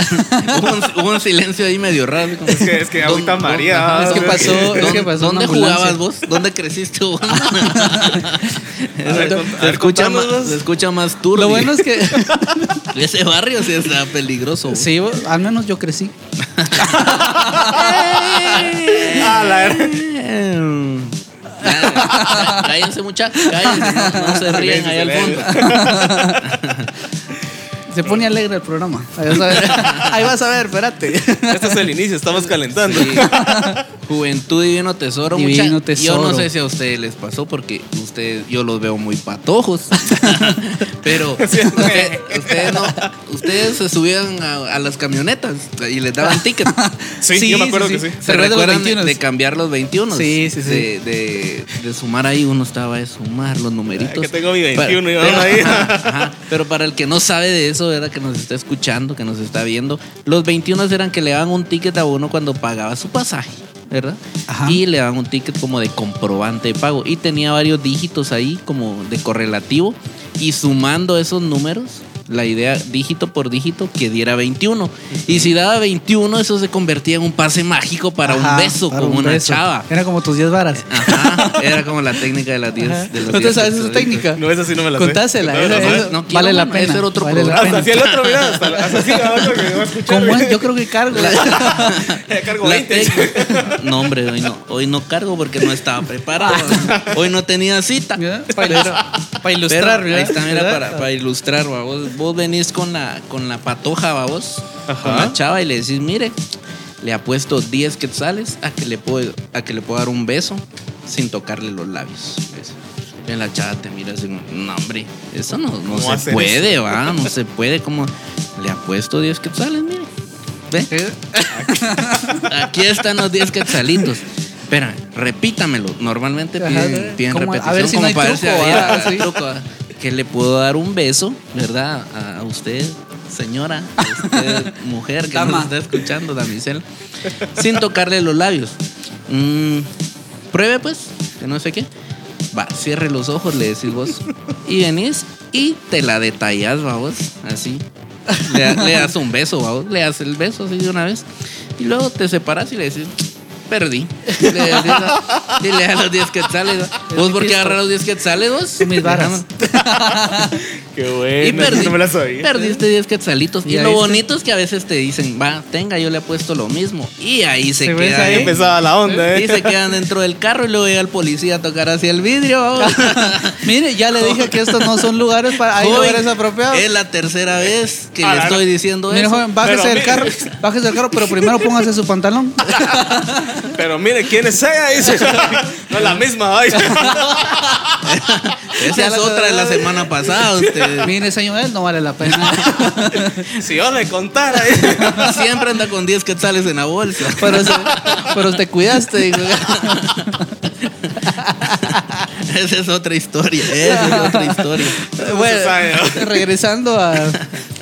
Speaker 3: hubo, un, hubo un silencio ahí medio raro. así como-
Speaker 6: Es que- es que agüita
Speaker 3: ¿Dónde-
Speaker 6: María,
Speaker 3: ajá,
Speaker 6: es que
Speaker 2: pasó- es que pasó
Speaker 3: ¿Dónde
Speaker 2: una ambulancia.
Speaker 3: jugabas vos? ¿Dónde creciste vos?
Speaker 6: A ver, cont- a
Speaker 3: se,
Speaker 6: ver,
Speaker 3: escucha
Speaker 6: contanos
Speaker 3: más,
Speaker 6: vos.
Speaker 3: se escucha más turbio.
Speaker 2: Lo [laughs] bueno es que.
Speaker 3: Ese barrio sí está peligroso. vos.
Speaker 2: Sí, al menos yo
Speaker 3: [laughs]
Speaker 2: crecí.
Speaker 6: Ah, la verdad.
Speaker 3: Em, ya, Cállense, muchachos. Cállense. No, no se ríen ahí al fondo.
Speaker 2: Se pone alegre el programa. Ahí vas a ver, Ahí vas a ver espérate.
Speaker 6: Este es el inicio, estamos calentando.
Speaker 3: Sí. [laughs] Juventud Divino Tesoro,
Speaker 2: Divino
Speaker 3: mucha-
Speaker 2: Tesoro.
Speaker 3: Yo no sé si a ustedes les pasó porque ustedes, yo los veo muy patojos. [laughs] Pero
Speaker 6: [laughs]
Speaker 3: usted- ustedes no, ustedes se subían a, a las camionetas y les daban
Speaker 2: [laughs]
Speaker 3: tickets.
Speaker 6: Sí, yo me acuerdo que sí.
Speaker 3: ¿Se
Speaker 2: ¿Te acuerdas de los
Speaker 3: recuerdan de,
Speaker 2: 21?
Speaker 3: de cambiar los 21?
Speaker 2: Sí, sí, sí.
Speaker 3: De, de- de sumar ahí, uno estaba de sumar los numeritos.
Speaker 6: Ah, que tengo mi 21 y
Speaker 3: Para-
Speaker 6: vamos
Speaker 3: [laughs]
Speaker 6: ahí.
Speaker 3: Ajá, ajá. Pero para el que no sabe de eso, ¿verdad? Que nos está escuchando, que nos está viendo, los 21 eran que le daban un ticket a uno cuando pagaba su pasaje. ¿Verdad?
Speaker 2: Ajá.
Speaker 3: Y le daban un ticket como de comprobante de pago. Y tenía varios dígitos ahí, como de correlativo. Y sumando esos números, la idea dígito por dígito que diera 21. Y si daba 21, eso se convertía en un pase mágico para
Speaker 2: Ajá,
Speaker 3: un beso
Speaker 2: para
Speaker 3: con
Speaker 2: un
Speaker 3: una
Speaker 2: beso.
Speaker 3: chava.
Speaker 2: Era como tus 10 varas.
Speaker 3: Ajá, era como la técnica de las 10. de los
Speaker 2: ¿No te
Speaker 3: 10
Speaker 2: sabes esa
Speaker 3: tesoritos.
Speaker 2: técnica?
Speaker 6: No, esa sí no me la sé.
Speaker 2: Contásela.
Speaker 6: No me la
Speaker 2: esa-
Speaker 6: sé. Ah,
Speaker 2: esa-
Speaker 3: No quiero
Speaker 2: ¿eh? vale la
Speaker 3: una,
Speaker 2: pena.
Speaker 3: ese era otro
Speaker 2: vale la
Speaker 3: programa.
Speaker 6: Hasta
Speaker 2: pena.
Speaker 6: así
Speaker 3: [laughs]
Speaker 6: el otro, mira, hasta, hasta así la otra que va a escuchar.
Speaker 2: ¿Cómo es? Yo creo que cargo. ¿eh?
Speaker 3: [laughs]
Speaker 6: Ya cargo
Speaker 3: La
Speaker 6: 20.
Speaker 3: técnica- No, hombre, hoy no, hoy no cargo porque no estaba preparado. Hoy no tenía cita.
Speaker 2: Mira, Para ilustrar, para ilustrar,
Speaker 3: Pero ahí está, mira,
Speaker 2: ¿verdad?
Speaker 3: para, para ilustrar, va, Vos, vos venís con la, con la patoja, va, vos, con la chava y le decís, mire, le apuesto 10 quetzales a que le puedo, a que le puedo dar un beso sin tocarle los labios. ¿ves? Y la chava te mira así, como, no, hombre, eso no, no se
Speaker 6: hacer
Speaker 3: puede, va, no se puede, como, le apuesto 10 quetzales, mire. ¿Ve? Aquí están los 10 quetzalitos. Espera, repítamelo. Normalmente
Speaker 2: Ajá,
Speaker 3: piden,
Speaker 2: ¿verdad?
Speaker 3: piden
Speaker 2: Como, a
Speaker 3: repetición
Speaker 2: ver si no
Speaker 3: como
Speaker 2: hay
Speaker 3: para ver si
Speaker 2: truco,
Speaker 3: había
Speaker 2: ¿verdad? Sí.
Speaker 3: truco. Que le puedo dar un beso, ¿verdad? A, a usted, señora,
Speaker 2: [laughs]
Speaker 3: a usted, mujer que
Speaker 2: Dama.
Speaker 3: nos está escuchando, damisela. Sin tocarle los labios. Mm, pruebe, pues, que no sé qué. Va, cierre los ojos, le decís vos. Y venís y te la detallas, va vos, así. Le, da- le das un beso, va vos, le das el beso así de una vez. Y luego te separas y le decís, perdí. Le decís, va, y le das los 10 quetzales. va. ¿Vos por qué agarras los 10 quetzales vos?
Speaker 2: Mis varas.
Speaker 6: Qué
Speaker 3: Y
Speaker 6: bueno.
Speaker 3: perdí,
Speaker 6: No Eh, me la sabía.
Speaker 3: perdiste 10 quetzalitos. Y,
Speaker 2: Y ahí
Speaker 3: lo
Speaker 2: se-
Speaker 3: bonito es que a veces te dicen, va, tenga, yo le apuesto lo mismo. Y ahí se,
Speaker 2: ¿Se ves
Speaker 3: queda.
Speaker 2: ahí?
Speaker 3: ahí.
Speaker 6: Empezaba la onda,
Speaker 3: Y se
Speaker 6: ¿eh?
Speaker 3: quedan dentro del carro y luego llega el policía a tocar hacia el vidrio. vamos.
Speaker 2: [laughs] Mire, ya le dije que estos no son lugares para. Hay
Speaker 3: Joven,
Speaker 2: lugares apropiados.
Speaker 3: Es la tercera vez que
Speaker 6: Ah,
Speaker 3: le
Speaker 6: la-
Speaker 3: estoy diciendo
Speaker 2: Mire,
Speaker 3: eso.
Speaker 2: joven, bájese
Speaker 6: Pero
Speaker 2: del
Speaker 6: mire.
Speaker 2: carro. Bájese del carro, pero primero póngase su pantalón.
Speaker 6: Pero mire, ¿quién es ella? [laughs] Dice. No es la misma, ay. [laughs]
Speaker 3: Esa es otra de la semana pasada. Usted [laughs]
Speaker 2: Mire, señor, él no vale la pena.
Speaker 6: Si yo le contara.
Speaker 3: siempre anda con 10 quetzales en la bolsa. [laughs]
Speaker 2: Pero, se- pero te cuidaste, digo.
Speaker 3: Esa es otra historia. Esa es otra historia. [laughs]
Speaker 2: Bueno,
Speaker 6: sabe, ¿no?
Speaker 2: regresando a-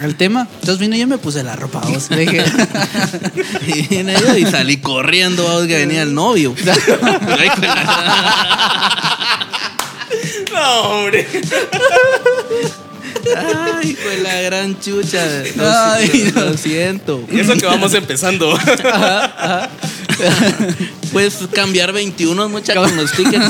Speaker 2: al tema. Entonces vino y yo me puse la ropa, vos. Le dije, [laughs]
Speaker 3: Y, vine yo y salí corriendo a que venía
Speaker 2: [laughs]
Speaker 3: el novio. Ay, con la-
Speaker 6: No, hombre.
Speaker 3: Ay, fue la gran chucha. Lo,
Speaker 2: Ay,
Speaker 3: si-
Speaker 2: no.
Speaker 3: lo siento. [laughs]
Speaker 6: Y eso que vamos empezando.
Speaker 3: Puedes Pues cambiar 21 mucha con
Speaker 2: [laughs]
Speaker 3: los tickets.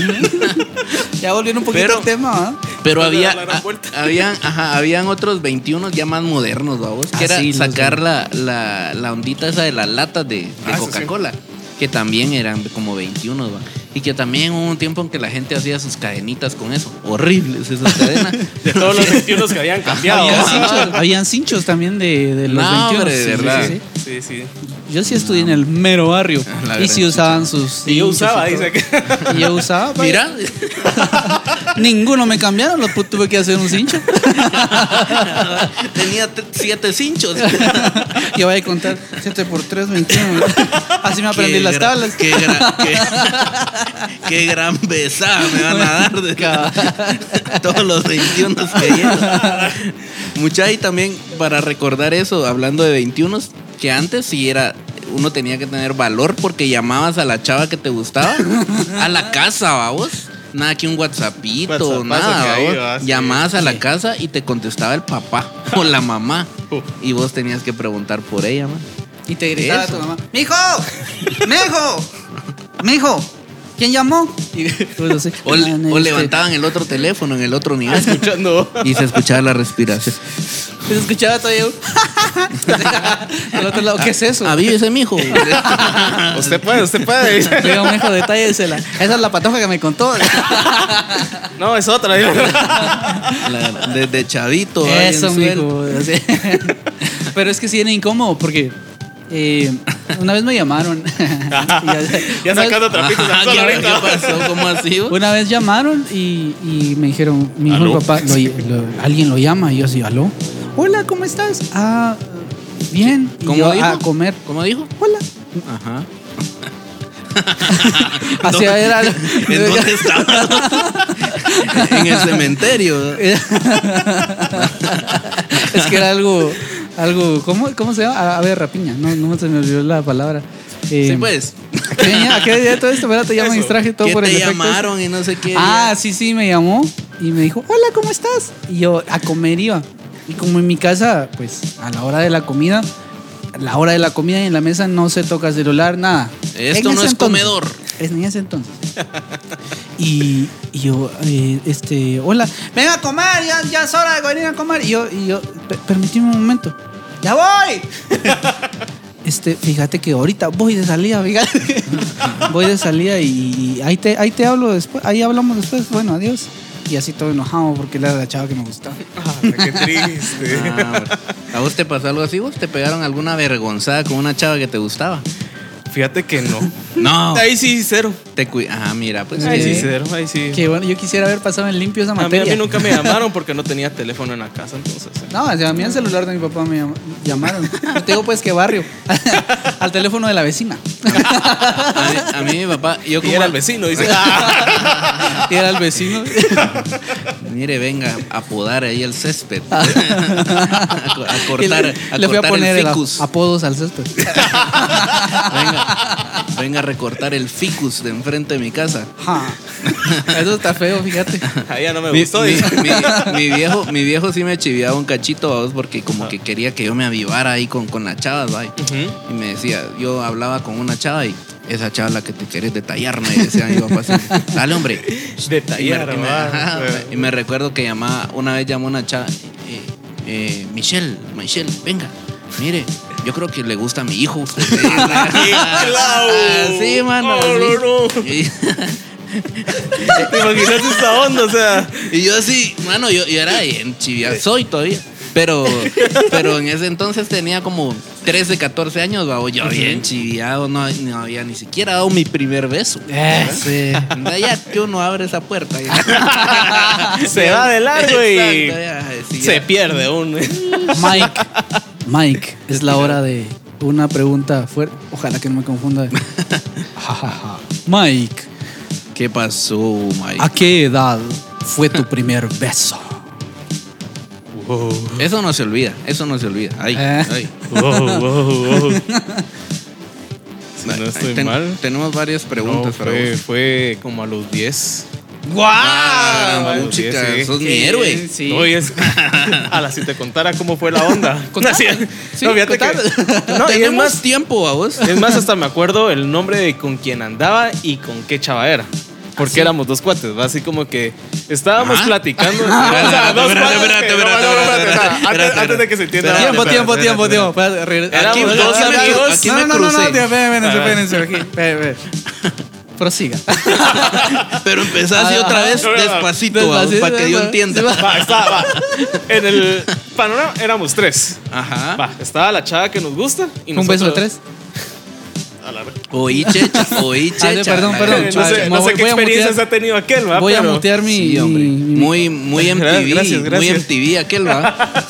Speaker 2: Ya volviendo un poquito
Speaker 3: Pero-
Speaker 2: al tema, ¿ah?
Speaker 3: Pero
Speaker 6: Dale
Speaker 3: había,
Speaker 6: a la gran
Speaker 3: a-
Speaker 6: [laughs] vuelta.
Speaker 3: habían, ajá, habían otros 21 ya más modernos, vamos. Que
Speaker 5: Ah,
Speaker 3: era
Speaker 5: sí, los
Speaker 3: sacar la, la, la ondita esa de las latas de, de
Speaker 6: Ah, eso sí.
Speaker 3: Coca-Cola. Que también eran como 21, va. Y que también hubo un tiempo en que la gente hacía sus cadenitas con eso. Horribles esas
Speaker 6: [laughs]
Speaker 3: cadenas.
Speaker 6: De todos
Speaker 3: [laughs]
Speaker 6: los 21 que habían cambiado.
Speaker 2: Habían
Speaker 6: Ajá.
Speaker 2: cinchos, habían cinchos también de, de los
Speaker 3: No,
Speaker 2: 21.
Speaker 3: hombre, de
Speaker 2: Sí, sí,
Speaker 3: verdad. Ah,
Speaker 2: sí.
Speaker 6: Sí, sí.
Speaker 2: Yo sí estudié en el mero barrio.
Speaker 3: La
Speaker 2: y
Speaker 3: gran
Speaker 2: sí usaban sus.
Speaker 6: Y yo
Speaker 2: cinchos
Speaker 6: usaba,
Speaker 2: y todo.
Speaker 6: dice que. [laughs]
Speaker 2: Y yo usaba. vaya.
Speaker 3: Mira,
Speaker 2: Ninguno me cambiaron, lo pu- tuve que hacer un cincho.
Speaker 3: [laughs]
Speaker 2: [laughs]
Speaker 3: tenía t- siete
Speaker 6: [laughs]
Speaker 3: cinchos.
Speaker 2: Yo voy a contar 7 por 3, 21. Así me aprendí
Speaker 3: Qué
Speaker 2: las
Speaker 3: gra-
Speaker 2: tablas.
Speaker 3: Qué,
Speaker 2: [laughs]
Speaker 3: gra- qué- qué gran besada me van a dar de [laughs] todos los 21 que llegan. Mucha, y también para recordar eso, hablando de 21, que antes sí era. Uno tenía que tener valor porque llamabas a la chava que te gustaba a la casa, vamos. Nada que un WhatsAppito,
Speaker 6: WhatsAppazo que
Speaker 3: nada.
Speaker 6: ahí
Speaker 3: babos.
Speaker 6: va, sí.
Speaker 3: Llamabas a la casa y te contestaba el papá o la mamá. Y vos tenías que preguntar por ella, man.
Speaker 2: Y te gritaba
Speaker 3: Eso.
Speaker 2: tu mamá: ¡Mijo! ¡Mijo! ¡Mijo! ¿Quién llamó? Y, pues, así,
Speaker 3: O, le-
Speaker 2: "Ah, no,
Speaker 3: o
Speaker 2: este".
Speaker 3: levantaban el otro teléfono en el
Speaker 2: [laughs]
Speaker 3: otro nivel.
Speaker 6: Escuchando.
Speaker 3: Y se escuchaba la respiración.
Speaker 2: Se pues escuchaba todavía [laughs] un. Del otro lado, ¿qué es eso?
Speaker 3: Avívese,
Speaker 2: [laughs]
Speaker 3: Ah, mijo.
Speaker 6: Usted puede, usted puede.
Speaker 2: Diga, mijo, detállasela. Esa es la patoja que me [laughs] contó.
Speaker 6: [laughs] No, es otra. [laughs]
Speaker 3: La- Desde chavito. ahí en
Speaker 2: Eso,
Speaker 3: suelto.
Speaker 2: mijo.
Speaker 3: [laughs]
Speaker 2: así. [laughs] Pero es que sí era incómodo porque eh, una vez me llamaron. [laughs] Y
Speaker 6: [laughs] ya
Speaker 2: una vez-
Speaker 6: sacando trapitos
Speaker 3: Ajá,
Speaker 6: al sol
Speaker 3: ¿qué,
Speaker 6: ahorita.
Speaker 3: qué pasó? ¿Cómo así? vos?
Speaker 2: Una vez llamaron y, y me dijeron, mi hijo,
Speaker 6: ¿Aló?
Speaker 2: el papá, lo- lo- alguien lo llama. Y yo así, ¿aló? Hola, ¿cómo estás? Ah, bien. Y
Speaker 3: ¿Cómo
Speaker 2: yo,
Speaker 3: dijo?
Speaker 2: A comer.
Speaker 3: ¿Cómo dijo?
Speaker 2: Hola.
Speaker 3: Ajá.
Speaker 2: [laughs]
Speaker 6: [laughs]
Speaker 2: Así era.
Speaker 3: [laughs] ¿En dónde estabas?
Speaker 2: [laughs]
Speaker 3: en el cementerio.
Speaker 2: Eh, es que era algo, algo, ¿cómo, cómo se llama? A- Ave de rapiña, no, no se me olvidó la palabra. Eh,
Speaker 3: Sí, pues.
Speaker 2: ¿A qué venía, a qué venía todo esto? Espérate, ya me
Speaker 6: Eso.
Speaker 2: distraje todo
Speaker 3: Que
Speaker 2: por el
Speaker 3: te
Speaker 2: efecto
Speaker 3: llamaron y no sé qué.
Speaker 2: este. Ah, sí, sí, me llamó y me dijo, hola, ¿cómo estás? Y yo, a comer iba. Y como en mi casa, pues, a la hora de la comida, a la hora de la comida y en la mesa no se toca celular, nada.
Speaker 3: Esto
Speaker 2: En
Speaker 3: no
Speaker 2: ese
Speaker 3: es
Speaker 2: entonces.
Speaker 3: comedor.
Speaker 2: Es en ese entonces. Y, y yo, eh, este, hola, venga a comer, ya, ya es hora de venir a comer. Y yo, y yo "Per- permíteme un momento. ¡Ya voy! [laughs] Este, fíjate que ahorita voy de salida, fíjate. [laughs] voy de salida y, y ahí, te, ahí te hablo después, ahí hablamos después. Bueno, adiós. Y así todo enojado porque era la chava que me gustaba.
Speaker 6: Ah, Qué triste.
Speaker 3: Ah, ¿A vos te pasó algo así? ¿Vos te pegaron alguna vergonzada con una chava que te gustaba?
Speaker 6: Fíjate que no.
Speaker 3: No.
Speaker 6: Ahí sí, cero.
Speaker 3: Te cui- Ajá, mira, pues.
Speaker 6: Ahí sí,
Speaker 2: Eh,
Speaker 6: cero. Ahí sí.
Speaker 2: Que bueno, yo quisiera haber pasado en limpio esa
Speaker 6: A mí,
Speaker 2: materia.
Speaker 6: a mí nunca me llamaron porque no tenía teléfono en la casa, entonces. eh.
Speaker 2: No, o sea, a mí el celular de mi papá me llam- llamaron. Yo te digo pues que barrio. [laughs] Al teléfono de la vecina. [laughs]
Speaker 3: A mí, a mí mi papá, yo
Speaker 6: Y
Speaker 3: como
Speaker 6: era el vecino, dice. [laughs] Ah,
Speaker 2: Y era el vecino.
Speaker 3: Mire, venga a podar ahí el césped. [laughs] [laughs] a, co- a
Speaker 2: Ah. Y
Speaker 3: cortar, a
Speaker 2: le fui a
Speaker 3: cortar
Speaker 2: poner
Speaker 3: el
Speaker 2: el-
Speaker 3: ficus.
Speaker 2: apodos al
Speaker 3: [laughs]
Speaker 2: césped.
Speaker 3: venga, venga a recortar el ficus de enfrente de mi casa.
Speaker 2: Ja. Eso está feo, fíjate.
Speaker 6: ah, ya no me
Speaker 3: Mi,
Speaker 6: gustó.
Speaker 3: mi-
Speaker 6: [laughs] dice.
Speaker 3: mi- mi viejo, mi viejo sí me chiviaba un cachito a vos porque como que quería que yo me avivara ahí con, con la chava, ¿va?
Speaker 6: Ujú.
Speaker 3: Y me decía, yo hablaba con una chava y esa chava es la que te querés detallar, me decía mi papá. así, Dale,
Speaker 6: [laughs]
Speaker 3: hombre.
Speaker 6: Detallar,
Speaker 3: Y me, y me-
Speaker 6: va.
Speaker 3: ajá, me- y me recuerdo que llamaba, una vez llamó una chava, eh, eh, Michelle, Michelle, venga, mire. Yo creo que le gusta a mi
Speaker 6: [laughs]
Speaker 3: hijo. [laughs] usted".
Speaker 6: clavo!
Speaker 3: Así, mano.
Speaker 6: No,
Speaker 3: así.
Speaker 6: no, no.
Speaker 3: Y-
Speaker 6: ¿Te imaginas esa onda? O sea,
Speaker 3: Y yo así, mano, yo, yo era en chivia, soy todavía. Pero, pero en ese entonces tenía como 13, 14 años, babo. Yo bien chiviado, no, no había ni siquiera dado mi primer beso.
Speaker 6: Eh,
Speaker 2: Sí.
Speaker 3: Anda, Ya que uno abre esa puerta.
Speaker 6: [laughs] Se va de largo y
Speaker 3: Exacto, ya, sí, ya.
Speaker 6: se pierde un.
Speaker 2: Mike. Mike, es la hora de una pregunta fuerte. Ojalá que no me
Speaker 3: [laughs]
Speaker 2: confunda. Ja, ja, ja. Mike,
Speaker 3: ¿Qué pasó, Mike?
Speaker 6: Ah.
Speaker 2: ¿a qué edad fue tu primer beso?
Speaker 3: Eso no se olvida, eso no se olvida. Ay,
Speaker 2: Eh.
Speaker 3: ay.
Speaker 6: wow, wow, wow. Si no
Speaker 3: Ay,
Speaker 6: estoy
Speaker 3: ten-
Speaker 6: mal.
Speaker 3: Tenemos varias
Speaker 6: No, pues.
Speaker 3: preguntas para
Speaker 6: fue,
Speaker 3: vos.
Speaker 6: fue como a los 10.
Speaker 3: Ah,
Speaker 6: Ay,
Speaker 3: música,
Speaker 6: sí, sí.
Speaker 3: sos mi
Speaker 2: Sí,
Speaker 3: héroe.
Speaker 2: sí.
Speaker 6: Oye, [laughs] es- a la si te contara cómo fue la onda.
Speaker 2: Contá.
Speaker 6: No, sí,
Speaker 2: Sí,
Speaker 6: no, fíjate
Speaker 2: contá.
Speaker 6: que- no, y es
Speaker 3: Tenemos
Speaker 6: más,
Speaker 3: tiempo a vos.
Speaker 6: es más, hasta me acuerdo el nombre de con quién andaba y con qué chava era.
Speaker 3: ¿Ah,
Speaker 6: Porque éramos dos cuates, ¿va? así como que estábamos
Speaker 3: Ajá. [laughs]
Speaker 6: platicando. O
Speaker 3: Espérate,
Speaker 6: sea, dos
Speaker 3: Ah. espérate,
Speaker 6: cuates
Speaker 3: espérate,
Speaker 6: que-
Speaker 3: espérate,
Speaker 6: no, no, no, espérate,
Speaker 3: espérate,
Speaker 6: o sea,
Speaker 3: espérate,
Speaker 6: antes- Antes de que se entienda.
Speaker 3: espérate,
Speaker 2: Tiempo,
Speaker 6: espérate,
Speaker 2: tiempo,
Speaker 6: espérate,
Speaker 2: tiempo,
Speaker 6: espérate.
Speaker 2: tiempo. Espérate, regresa.
Speaker 6: Éramos
Speaker 2: Aquí-
Speaker 6: dos
Speaker 2: aquí-
Speaker 6: amigos,
Speaker 2: aquí-
Speaker 3: aquí me
Speaker 2: No, no, no, no,
Speaker 3: crucé.
Speaker 2: tío, espérense,
Speaker 6: Ah.
Speaker 2: espérense, aquí, espérense, espérense. Prosiga.
Speaker 3: [laughs] Pero empezás y
Speaker 2: Ajá.
Speaker 3: otra vez
Speaker 6: Ajá.
Speaker 3: despacito, vamos,
Speaker 2: Despacito,
Speaker 3: para que yo
Speaker 2: ajá.
Speaker 3: entienda.
Speaker 6: Va, está, va. En el panorama éramos tres.
Speaker 3: Ajá.
Speaker 6: Va, estaba la chava que nos gusta. Y
Speaker 2: Un beso de
Speaker 6: nosotros-
Speaker 2: tres.
Speaker 6: A la verga.
Speaker 3: Oí checha, oí checha.
Speaker 2: perdón,
Speaker 3: La
Speaker 2: perdón.
Speaker 3: gran-
Speaker 6: [laughs] No
Speaker 2: Ay,
Speaker 6: sé, no
Speaker 2: voy-
Speaker 6: sé qué
Speaker 2: voy a
Speaker 6: experiencias
Speaker 2: mutear.
Speaker 6: ha tenido aquel, ¿va?
Speaker 2: Voy a
Speaker 6: Pero-
Speaker 2: mutear mi.
Speaker 3: Sí, hombre. Muy, muy MTV.
Speaker 6: Gracias, gracias.
Speaker 3: Muy MTV aquel, va.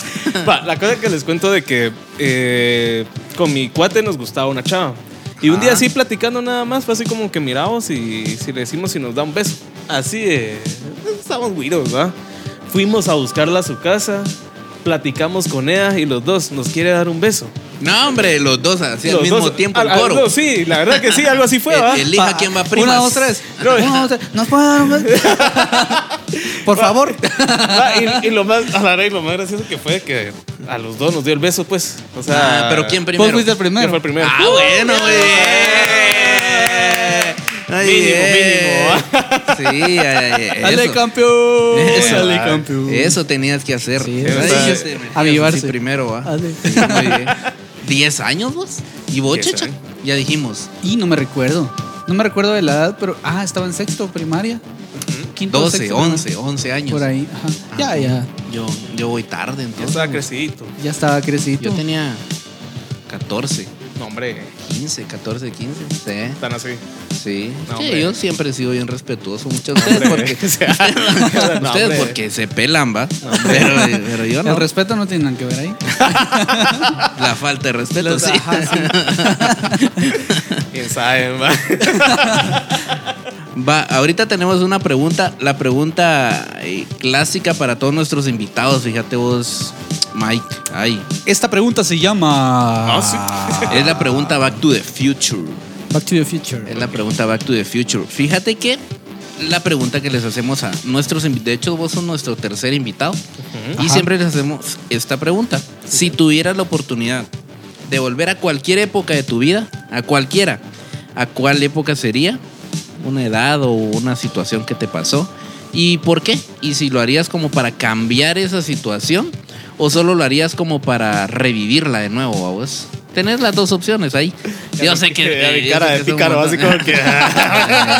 Speaker 6: Va, la cosa que les cuento de que eh, con mi cuate nos gustaba una chava. Y un día
Speaker 3: Ajá.
Speaker 6: así platicando nada más, fue así como que miramos y si le decimos si nos da un beso. Así de. Estamos güiros, ¿va? Fuimos a buscarla a su casa, platicamos con ella y los dos nos quiere dar un beso.
Speaker 3: No, hombre, los dos así al
Speaker 6: Los
Speaker 3: mismo
Speaker 6: dos-
Speaker 3: tiempo
Speaker 6: a-
Speaker 3: el
Speaker 6: a-
Speaker 3: coro.
Speaker 6: no, sí, la verdad que sí, algo así fue, ¿va?
Speaker 3: [laughs]
Speaker 6: Ah.
Speaker 3: El- elija
Speaker 2: Pa-
Speaker 3: quién va
Speaker 2: Una,
Speaker 3: primas.
Speaker 2: dos, tres.
Speaker 6: No.
Speaker 2: Una, dos, tres. ¿Nos puede dar un beso? Por favor.
Speaker 6: [laughs] Va, Ah, y, y lo más, [laughs] a la verdad, y lo más gracioso que fue que a los dos nos dio el beso, pues. O sea,
Speaker 3: Ah, pero ¿quién
Speaker 2: Vos
Speaker 3: primero?
Speaker 2: fuiste el
Speaker 6: ¿quién fue
Speaker 2: primero.
Speaker 6: el primero?
Speaker 3: Ah, bueno, güey. Ay,
Speaker 6: Mínimo,
Speaker 3: eh. Sí, ay,
Speaker 2: [laughs]
Speaker 3: ay,
Speaker 2: Dale,
Speaker 3: eso.
Speaker 2: campeón.
Speaker 3: Eso.
Speaker 2: Dale,
Speaker 6: Ah,
Speaker 2: campeón.
Speaker 3: Eso tenías que hacer.
Speaker 2: Sí,
Speaker 3: Ay,
Speaker 6: está-
Speaker 3: yo sé, me-
Speaker 2: Avivarse.
Speaker 3: sí, primero, va.
Speaker 2: Dale.
Speaker 3: Sí, muy bien. ¿Diez años vos? ¿Y vos,
Speaker 6: Diez
Speaker 3: Checha?
Speaker 6: años.
Speaker 3: Ya dijimos.
Speaker 2: Y no me recuerdo. No me recuerdo de la edad, pero. Ah, estaba en sexto primaria. Quinto,
Speaker 3: 12,
Speaker 2: sexto, primaria.
Speaker 3: 11, 11 años.
Speaker 2: Por ahí. Ajá.
Speaker 3: Ah,
Speaker 2: Ya, ya.
Speaker 3: Yo, yo voy tarde,
Speaker 6: Ya
Speaker 3: entonces.
Speaker 6: estaba crecidito.
Speaker 2: Ya estaba crecido.
Speaker 3: Yo tenía 14,
Speaker 6: No, hombre,
Speaker 3: 15, 14, 15. Sí,
Speaker 6: tan así.
Speaker 3: sí.
Speaker 6: No,
Speaker 3: Sí,
Speaker 6: hombre.
Speaker 3: yo siempre he sido bien respetuoso.
Speaker 6: [laughs]
Speaker 3: Muchas gracias porque...
Speaker 6: O sea, no,
Speaker 3: [laughs] Ustedes
Speaker 6: hombre.
Speaker 3: porque se pelan, va. pero, pero yo no.
Speaker 2: El respeto no tiene nada que ver ahí.
Speaker 3: La falta de respeto, sí.
Speaker 6: Quién sabe, va.
Speaker 3: Va, ahorita tenemos una pregunta, la pregunta eh, clásica para todos nuestros invitados. Fíjate vos, Mike. Ay,
Speaker 2: Esta pregunta se llama.
Speaker 6: Ah,
Speaker 2: [laughs]
Speaker 3: es la pregunta Back to the Future.
Speaker 2: Back to the Future.
Speaker 3: Es la pregunta Back to the Future. Fíjate que la pregunta que les hacemos a nuestros invitados, de hecho vos sos nuestro tercer invitado, y
Speaker 2: Ajá.
Speaker 3: siempre les hacemos esta pregunta. Si tuvieras la oportunidad de volver a cualquier época de tu vida, a cualquiera, ¿a cuál época sería? ¿Una edad o una situación que te pasó? ¿Y por qué? ¿Y si lo harías como para cambiar esa situación o solo lo harías como para revivirla de nuevo a vos? Tenés las dos opciones ahí. [laughs] Yo sé que...
Speaker 6: [laughs] Ya
Speaker 3: yo sé que es
Speaker 6: mi cara de
Speaker 3: un
Speaker 6: pícaro,
Speaker 3: montón.
Speaker 6: así como que.
Speaker 3: [laughs]
Speaker 6: ah,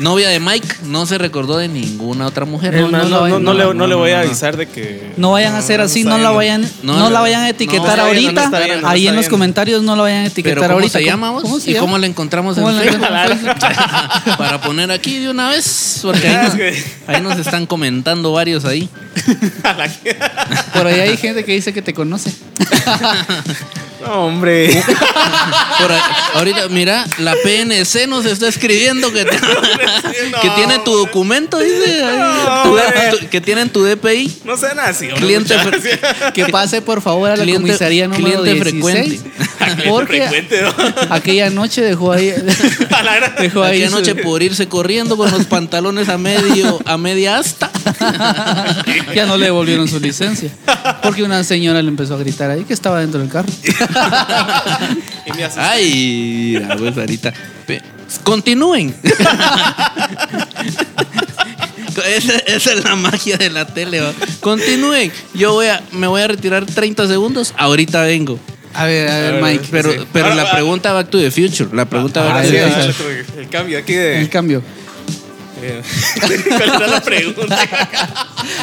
Speaker 3: Novia de Mike no se recordó de ninguna otra mujer.
Speaker 6: No, no, no, no,
Speaker 3: no,
Speaker 6: le, no le voy a
Speaker 3: no, no.
Speaker 6: avisar de que.
Speaker 2: No vayan a hacer así, no,
Speaker 6: está
Speaker 2: la
Speaker 6: bien.
Speaker 2: vayan,
Speaker 3: No,
Speaker 2: no,
Speaker 3: no,
Speaker 2: la vayan
Speaker 3: no,
Speaker 2: a
Speaker 3: no
Speaker 2: etiquetar
Speaker 6: está bien, no
Speaker 2: ahorita.
Speaker 6: está bien, no
Speaker 2: ahí
Speaker 6: está
Speaker 2: en los
Speaker 6: bien.
Speaker 2: comentarios no la vayan a etiquetar
Speaker 3: Pero ¿cómo
Speaker 2: ahorita.
Speaker 3: se llama vos?
Speaker 2: se
Speaker 3: ¿Y
Speaker 2: llama?
Speaker 3: cómo la encontramos
Speaker 2: ¿Cómo
Speaker 3: en
Speaker 2: la
Speaker 3: Facebook?
Speaker 2: encontramos?
Speaker 3: [laughs] Para poner aquí de una vez, porque ahí nos, ahí nos están comentando varios ahí.
Speaker 2: Por ahí hay gente que dice que te conoce.
Speaker 6: No, hombre.
Speaker 3: [laughs] Por ahí- ahorita, mira, la PNC nos está escribiendo
Speaker 6: [laughs]
Speaker 3: que, te-
Speaker 6: no.
Speaker 3: que tiene tu documento, dice. ahí,
Speaker 6: No,
Speaker 3: tu-
Speaker 6: hombre.
Speaker 3: tu- que tienen tu DPI.
Speaker 6: No sean así, hombre.
Speaker 3: Cliente,
Speaker 6: muchachos.
Speaker 3: fre- [laughs]
Speaker 2: Que pase por favor a la
Speaker 3: Cliente-
Speaker 2: comisaría número
Speaker 3: cliente
Speaker 2: 16. [laughs]
Speaker 3: [laughs]
Speaker 6: Cliente
Speaker 2: Porque
Speaker 6: frecuente, ¿no?
Speaker 2: aquella noche dejó ahí
Speaker 6: [laughs] A la gran-
Speaker 2: dejó ahí
Speaker 3: aquella
Speaker 2: su-
Speaker 3: noche por irse corriendo con los pantalones a medio, a media
Speaker 6: [laughs]
Speaker 3: asta.
Speaker 2: [laughs] ya no le devolvieron su licencia. Porque una señora le empezó a gritar ahí que estaba dentro del carro.
Speaker 6: Y me asusté.
Speaker 3: Ay, mira, pues ahorita. Pe- Continúen. [laughs] Esa, esa es la magia de la tele. ¿va? Continúen. Yo voy a, me voy a retirar 30 segundos. Ahorita vengo.
Speaker 2: A ver, a ver,
Speaker 6: ver,
Speaker 2: Mike.
Speaker 3: Pero,
Speaker 6: Sí.
Speaker 3: pero
Speaker 6: Ahora
Speaker 3: la
Speaker 6: va.
Speaker 3: pregunta Back to the Future. La pregunta
Speaker 6: Ah,
Speaker 3: Back to
Speaker 6: sí,
Speaker 3: the
Speaker 2: Ay,
Speaker 6: el,
Speaker 3: Future.
Speaker 6: el cambio aquí de.
Speaker 2: El cambio.
Speaker 6: eh, ¿Cuál era la pregunta? [laughs]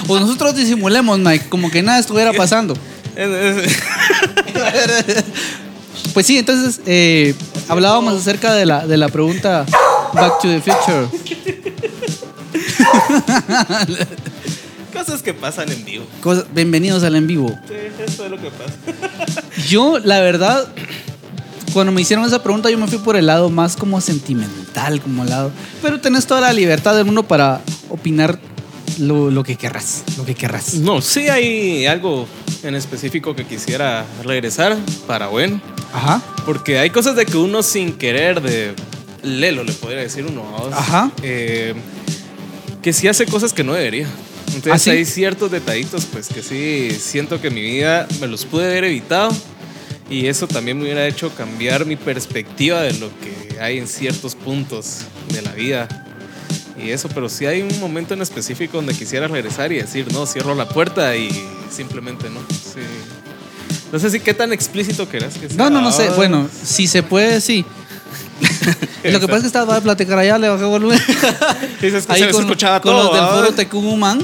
Speaker 2: Pues nosotros disimulemos, Mike, como que nada estuviera pasando. Pues sí, entonces eh, hablábamos acerca de la, de la pregunta Back to the Future.
Speaker 6: Cosas que pasan en vivo.
Speaker 2: Cosa- bienvenidos al en vivo.
Speaker 6: Sí, Eso es lo que pasa.
Speaker 2: Yo, la verdad, cuando me hicieron esa pregunta, yo me fui por el lado más como sentimental, como lado. Pero tenés toda la libertad del mundo para opinar lo, lo que querrás. Lo que querrás.
Speaker 6: No, sí hay algo en específico que quisiera regresar para bueno.
Speaker 2: Ajá.
Speaker 6: Porque hay cosas de que uno sin querer de Lelo le podría decir uno a dos.
Speaker 2: Ajá.
Speaker 6: Eh, que sí hace cosas que no debería. Entonces
Speaker 2: ¿Ah, sí?
Speaker 6: hay ciertos detallitos pues que sí siento que en mi vida me los pude haber evitado y eso también me hubiera hecho cambiar mi perspectiva de lo que hay en ciertos puntos de la vida. Y eso, pero sí hay un momento en específico donde quisiera regresar y decir, no, cierro la puerta y simplemente no. Sí. No sé si qué tan explícito querás que sea.
Speaker 2: No, no, no sé.
Speaker 6: Ah,
Speaker 2: Bueno, si se puede,
Speaker 6: [laughs]
Speaker 2: sí. Lo que pasa es que estaba de platicar allá, le bajé volumen.
Speaker 6: [laughs] dices que
Speaker 2: Ahí
Speaker 6: se
Speaker 2: con,
Speaker 6: escuchaba
Speaker 2: con
Speaker 6: todo. ¿ah?
Speaker 2: los del
Speaker 6: ¿va?
Speaker 2: foro
Speaker 6: [laughs]
Speaker 2: Tecumumán,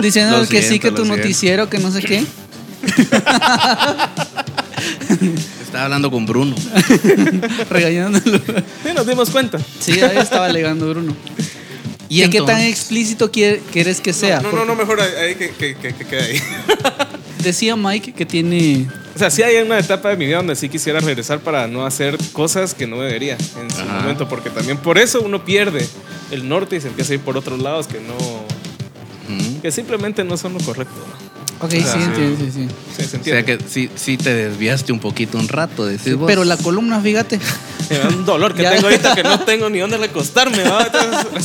Speaker 2: diciendo
Speaker 3: Lo
Speaker 2: que sí,
Speaker 3: siento,
Speaker 2: que tu
Speaker 3: lo siento.
Speaker 2: noticiero, que no sé
Speaker 6: [laughs]
Speaker 2: qué.
Speaker 3: Estaba hablando con Bruno.
Speaker 2: Regañándolo.
Speaker 6: Sí, nos dimos cuenta.
Speaker 2: Sí, ahí estaba alegando Bruno.
Speaker 3: ¿Y
Speaker 2: ¿Y qué tan
Speaker 3: entonces?
Speaker 2: explícito quiere- quieres que sea?
Speaker 6: No, no, no, mejor ahí, ahí que, que, que, que quede ahí.
Speaker 2: Porque Decía Mike que tiene.
Speaker 6: [laughs] O sea, sí hay una etapa de mi vida donde sí quisiera regresar para no hacer cosas que no debería en su
Speaker 3: Ajá.
Speaker 6: momento, porque también por eso uno pierde el norte y se empieza a ir por otros lados que no,
Speaker 3: Ujú.
Speaker 6: que simplemente no son lo correcto. ¿no?
Speaker 2: Ok,
Speaker 6: Ah,
Speaker 2: sí,
Speaker 6: sí.
Speaker 2: entiendo, sí, sí.
Speaker 6: Sí, se
Speaker 3: O sea
Speaker 6: entiende.
Speaker 3: que sí, sí te desviaste un poquito un rato, decís vos.
Speaker 2: Pero la columna, fíjate.
Speaker 6: Me da un dolor que
Speaker 2: Ya.
Speaker 6: tengo ahorita que no tengo ni dónde recostarme. ¿va? Entonces,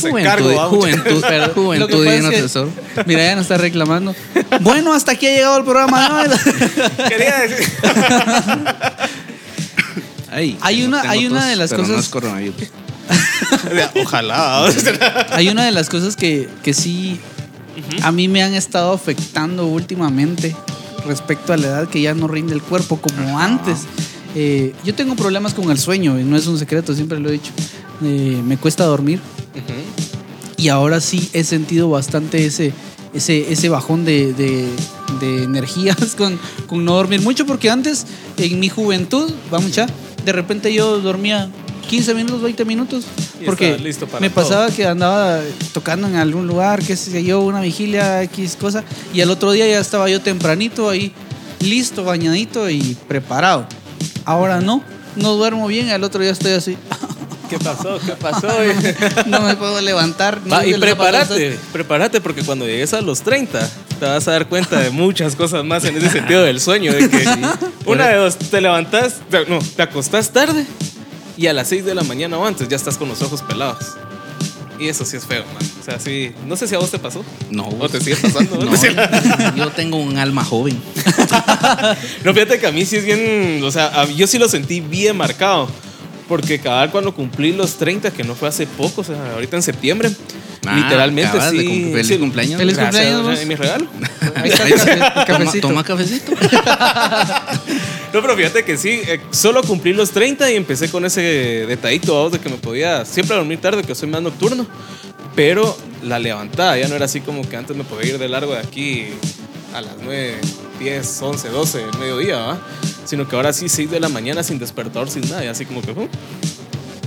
Speaker 3: [laughs]
Speaker 6: se cargo,
Speaker 3: Juventud,
Speaker 6: ¿va?
Speaker 3: juventud,
Speaker 2: Lo que
Speaker 3: [laughs] juventud
Speaker 2: pasa
Speaker 3: y un
Speaker 2: es que-
Speaker 3: asesor.
Speaker 2: Mira, ya nos está reclamando. Bueno, hasta aquí ha llegado el programa.
Speaker 3: [laughs]
Speaker 2: ¿no?
Speaker 6: [laughs] Quería decir. [laughs]
Speaker 3: Ay,
Speaker 2: Hay
Speaker 3: no
Speaker 2: una-
Speaker 3: tengo
Speaker 2: hay una de las
Speaker 3: pero no
Speaker 2: cosas-
Speaker 3: es coronavirus.
Speaker 6: Ojalá. ¿va?
Speaker 2: Hay una de las cosas que, que sí a mí me han estado afectando últimamente respecto a la edad que ya no rinde el cuerpo como antes. Eh, yo tengo problemas con el sueño, y no es un secreto, siempre lo he dicho. Eh, me cuesta dormir. Y ahora sí he sentido bastante ese, ese, ese bajón de, de- de energías [laughs] con, con no dormir mucho, porque antes, en mi juventud, vamos ya, de repente yo dormía 15 minutos, 20 minutos,
Speaker 6: Y
Speaker 2: porque
Speaker 6: estaba listo para
Speaker 2: me
Speaker 6: todo.
Speaker 2: pasaba que andaba tocando en algún lugar, qué sé yo, una vigilia, X cosa, y al otro día ya estaba yo tempranito ahí, listo, bañadito y preparado. Ahora no, no duermo bien, al otro día estoy así. [laughs]
Speaker 6: ¿Qué pasó? ¿Qué pasó?
Speaker 3: [laughs]
Speaker 2: No me puedo levantar. no
Speaker 6: Va,
Speaker 2: sé
Speaker 6: y
Speaker 2: los zapatos,
Speaker 6: prepárate, prepárate porque cuando llegues a los 30 te vas a dar cuenta de muchas cosas más en ese sentido del sueño. De que una de dos, te levantás, te- no, te acostás tarde y a las 6 de la mañana o antes ya estás con los ojos pelados. Y eso sí es feo, man. O sea, sí, no sé si a vos te pasó.
Speaker 3: No.
Speaker 6: O te sigue pasando.
Speaker 3: [laughs]
Speaker 6: No,
Speaker 3: No, yo tengo un alma joven.
Speaker 6: No, fíjate que a mí sí es bien, o sea, a- yo sí lo sentí bien marcado. Porque cada cuando cumplí los 30, que no fue hace poco, o sea, ahorita en septiembre,
Speaker 3: Ah,
Speaker 6: literalmente
Speaker 3: acabas
Speaker 6: sí.
Speaker 3: de cum- feliz
Speaker 6: sí.
Speaker 3: cumpleaños.
Speaker 2: Feliz
Speaker 6: Gracias,
Speaker 2: cumpleaños,
Speaker 6: o sea,
Speaker 2: vos.
Speaker 6: ¿y mi regalo?
Speaker 2: Ahí está el cafe- el
Speaker 3: Toma,
Speaker 2: cafecito.
Speaker 3: toma cafecito.
Speaker 6: No, pero fíjate que sí, eh, solo cumplí los 30 y empecé con ese detallito vamos, de que me podía siempre dormir tarde, que soy más nocturno, pero la levantada ya no era así como que antes me podía ir de largo de aquí a las 9, 10, 11, 12, del mediodía, ¿va? Sino que ahora sí 6 de la mañana sin despertador, sin nada, y así como que... uh,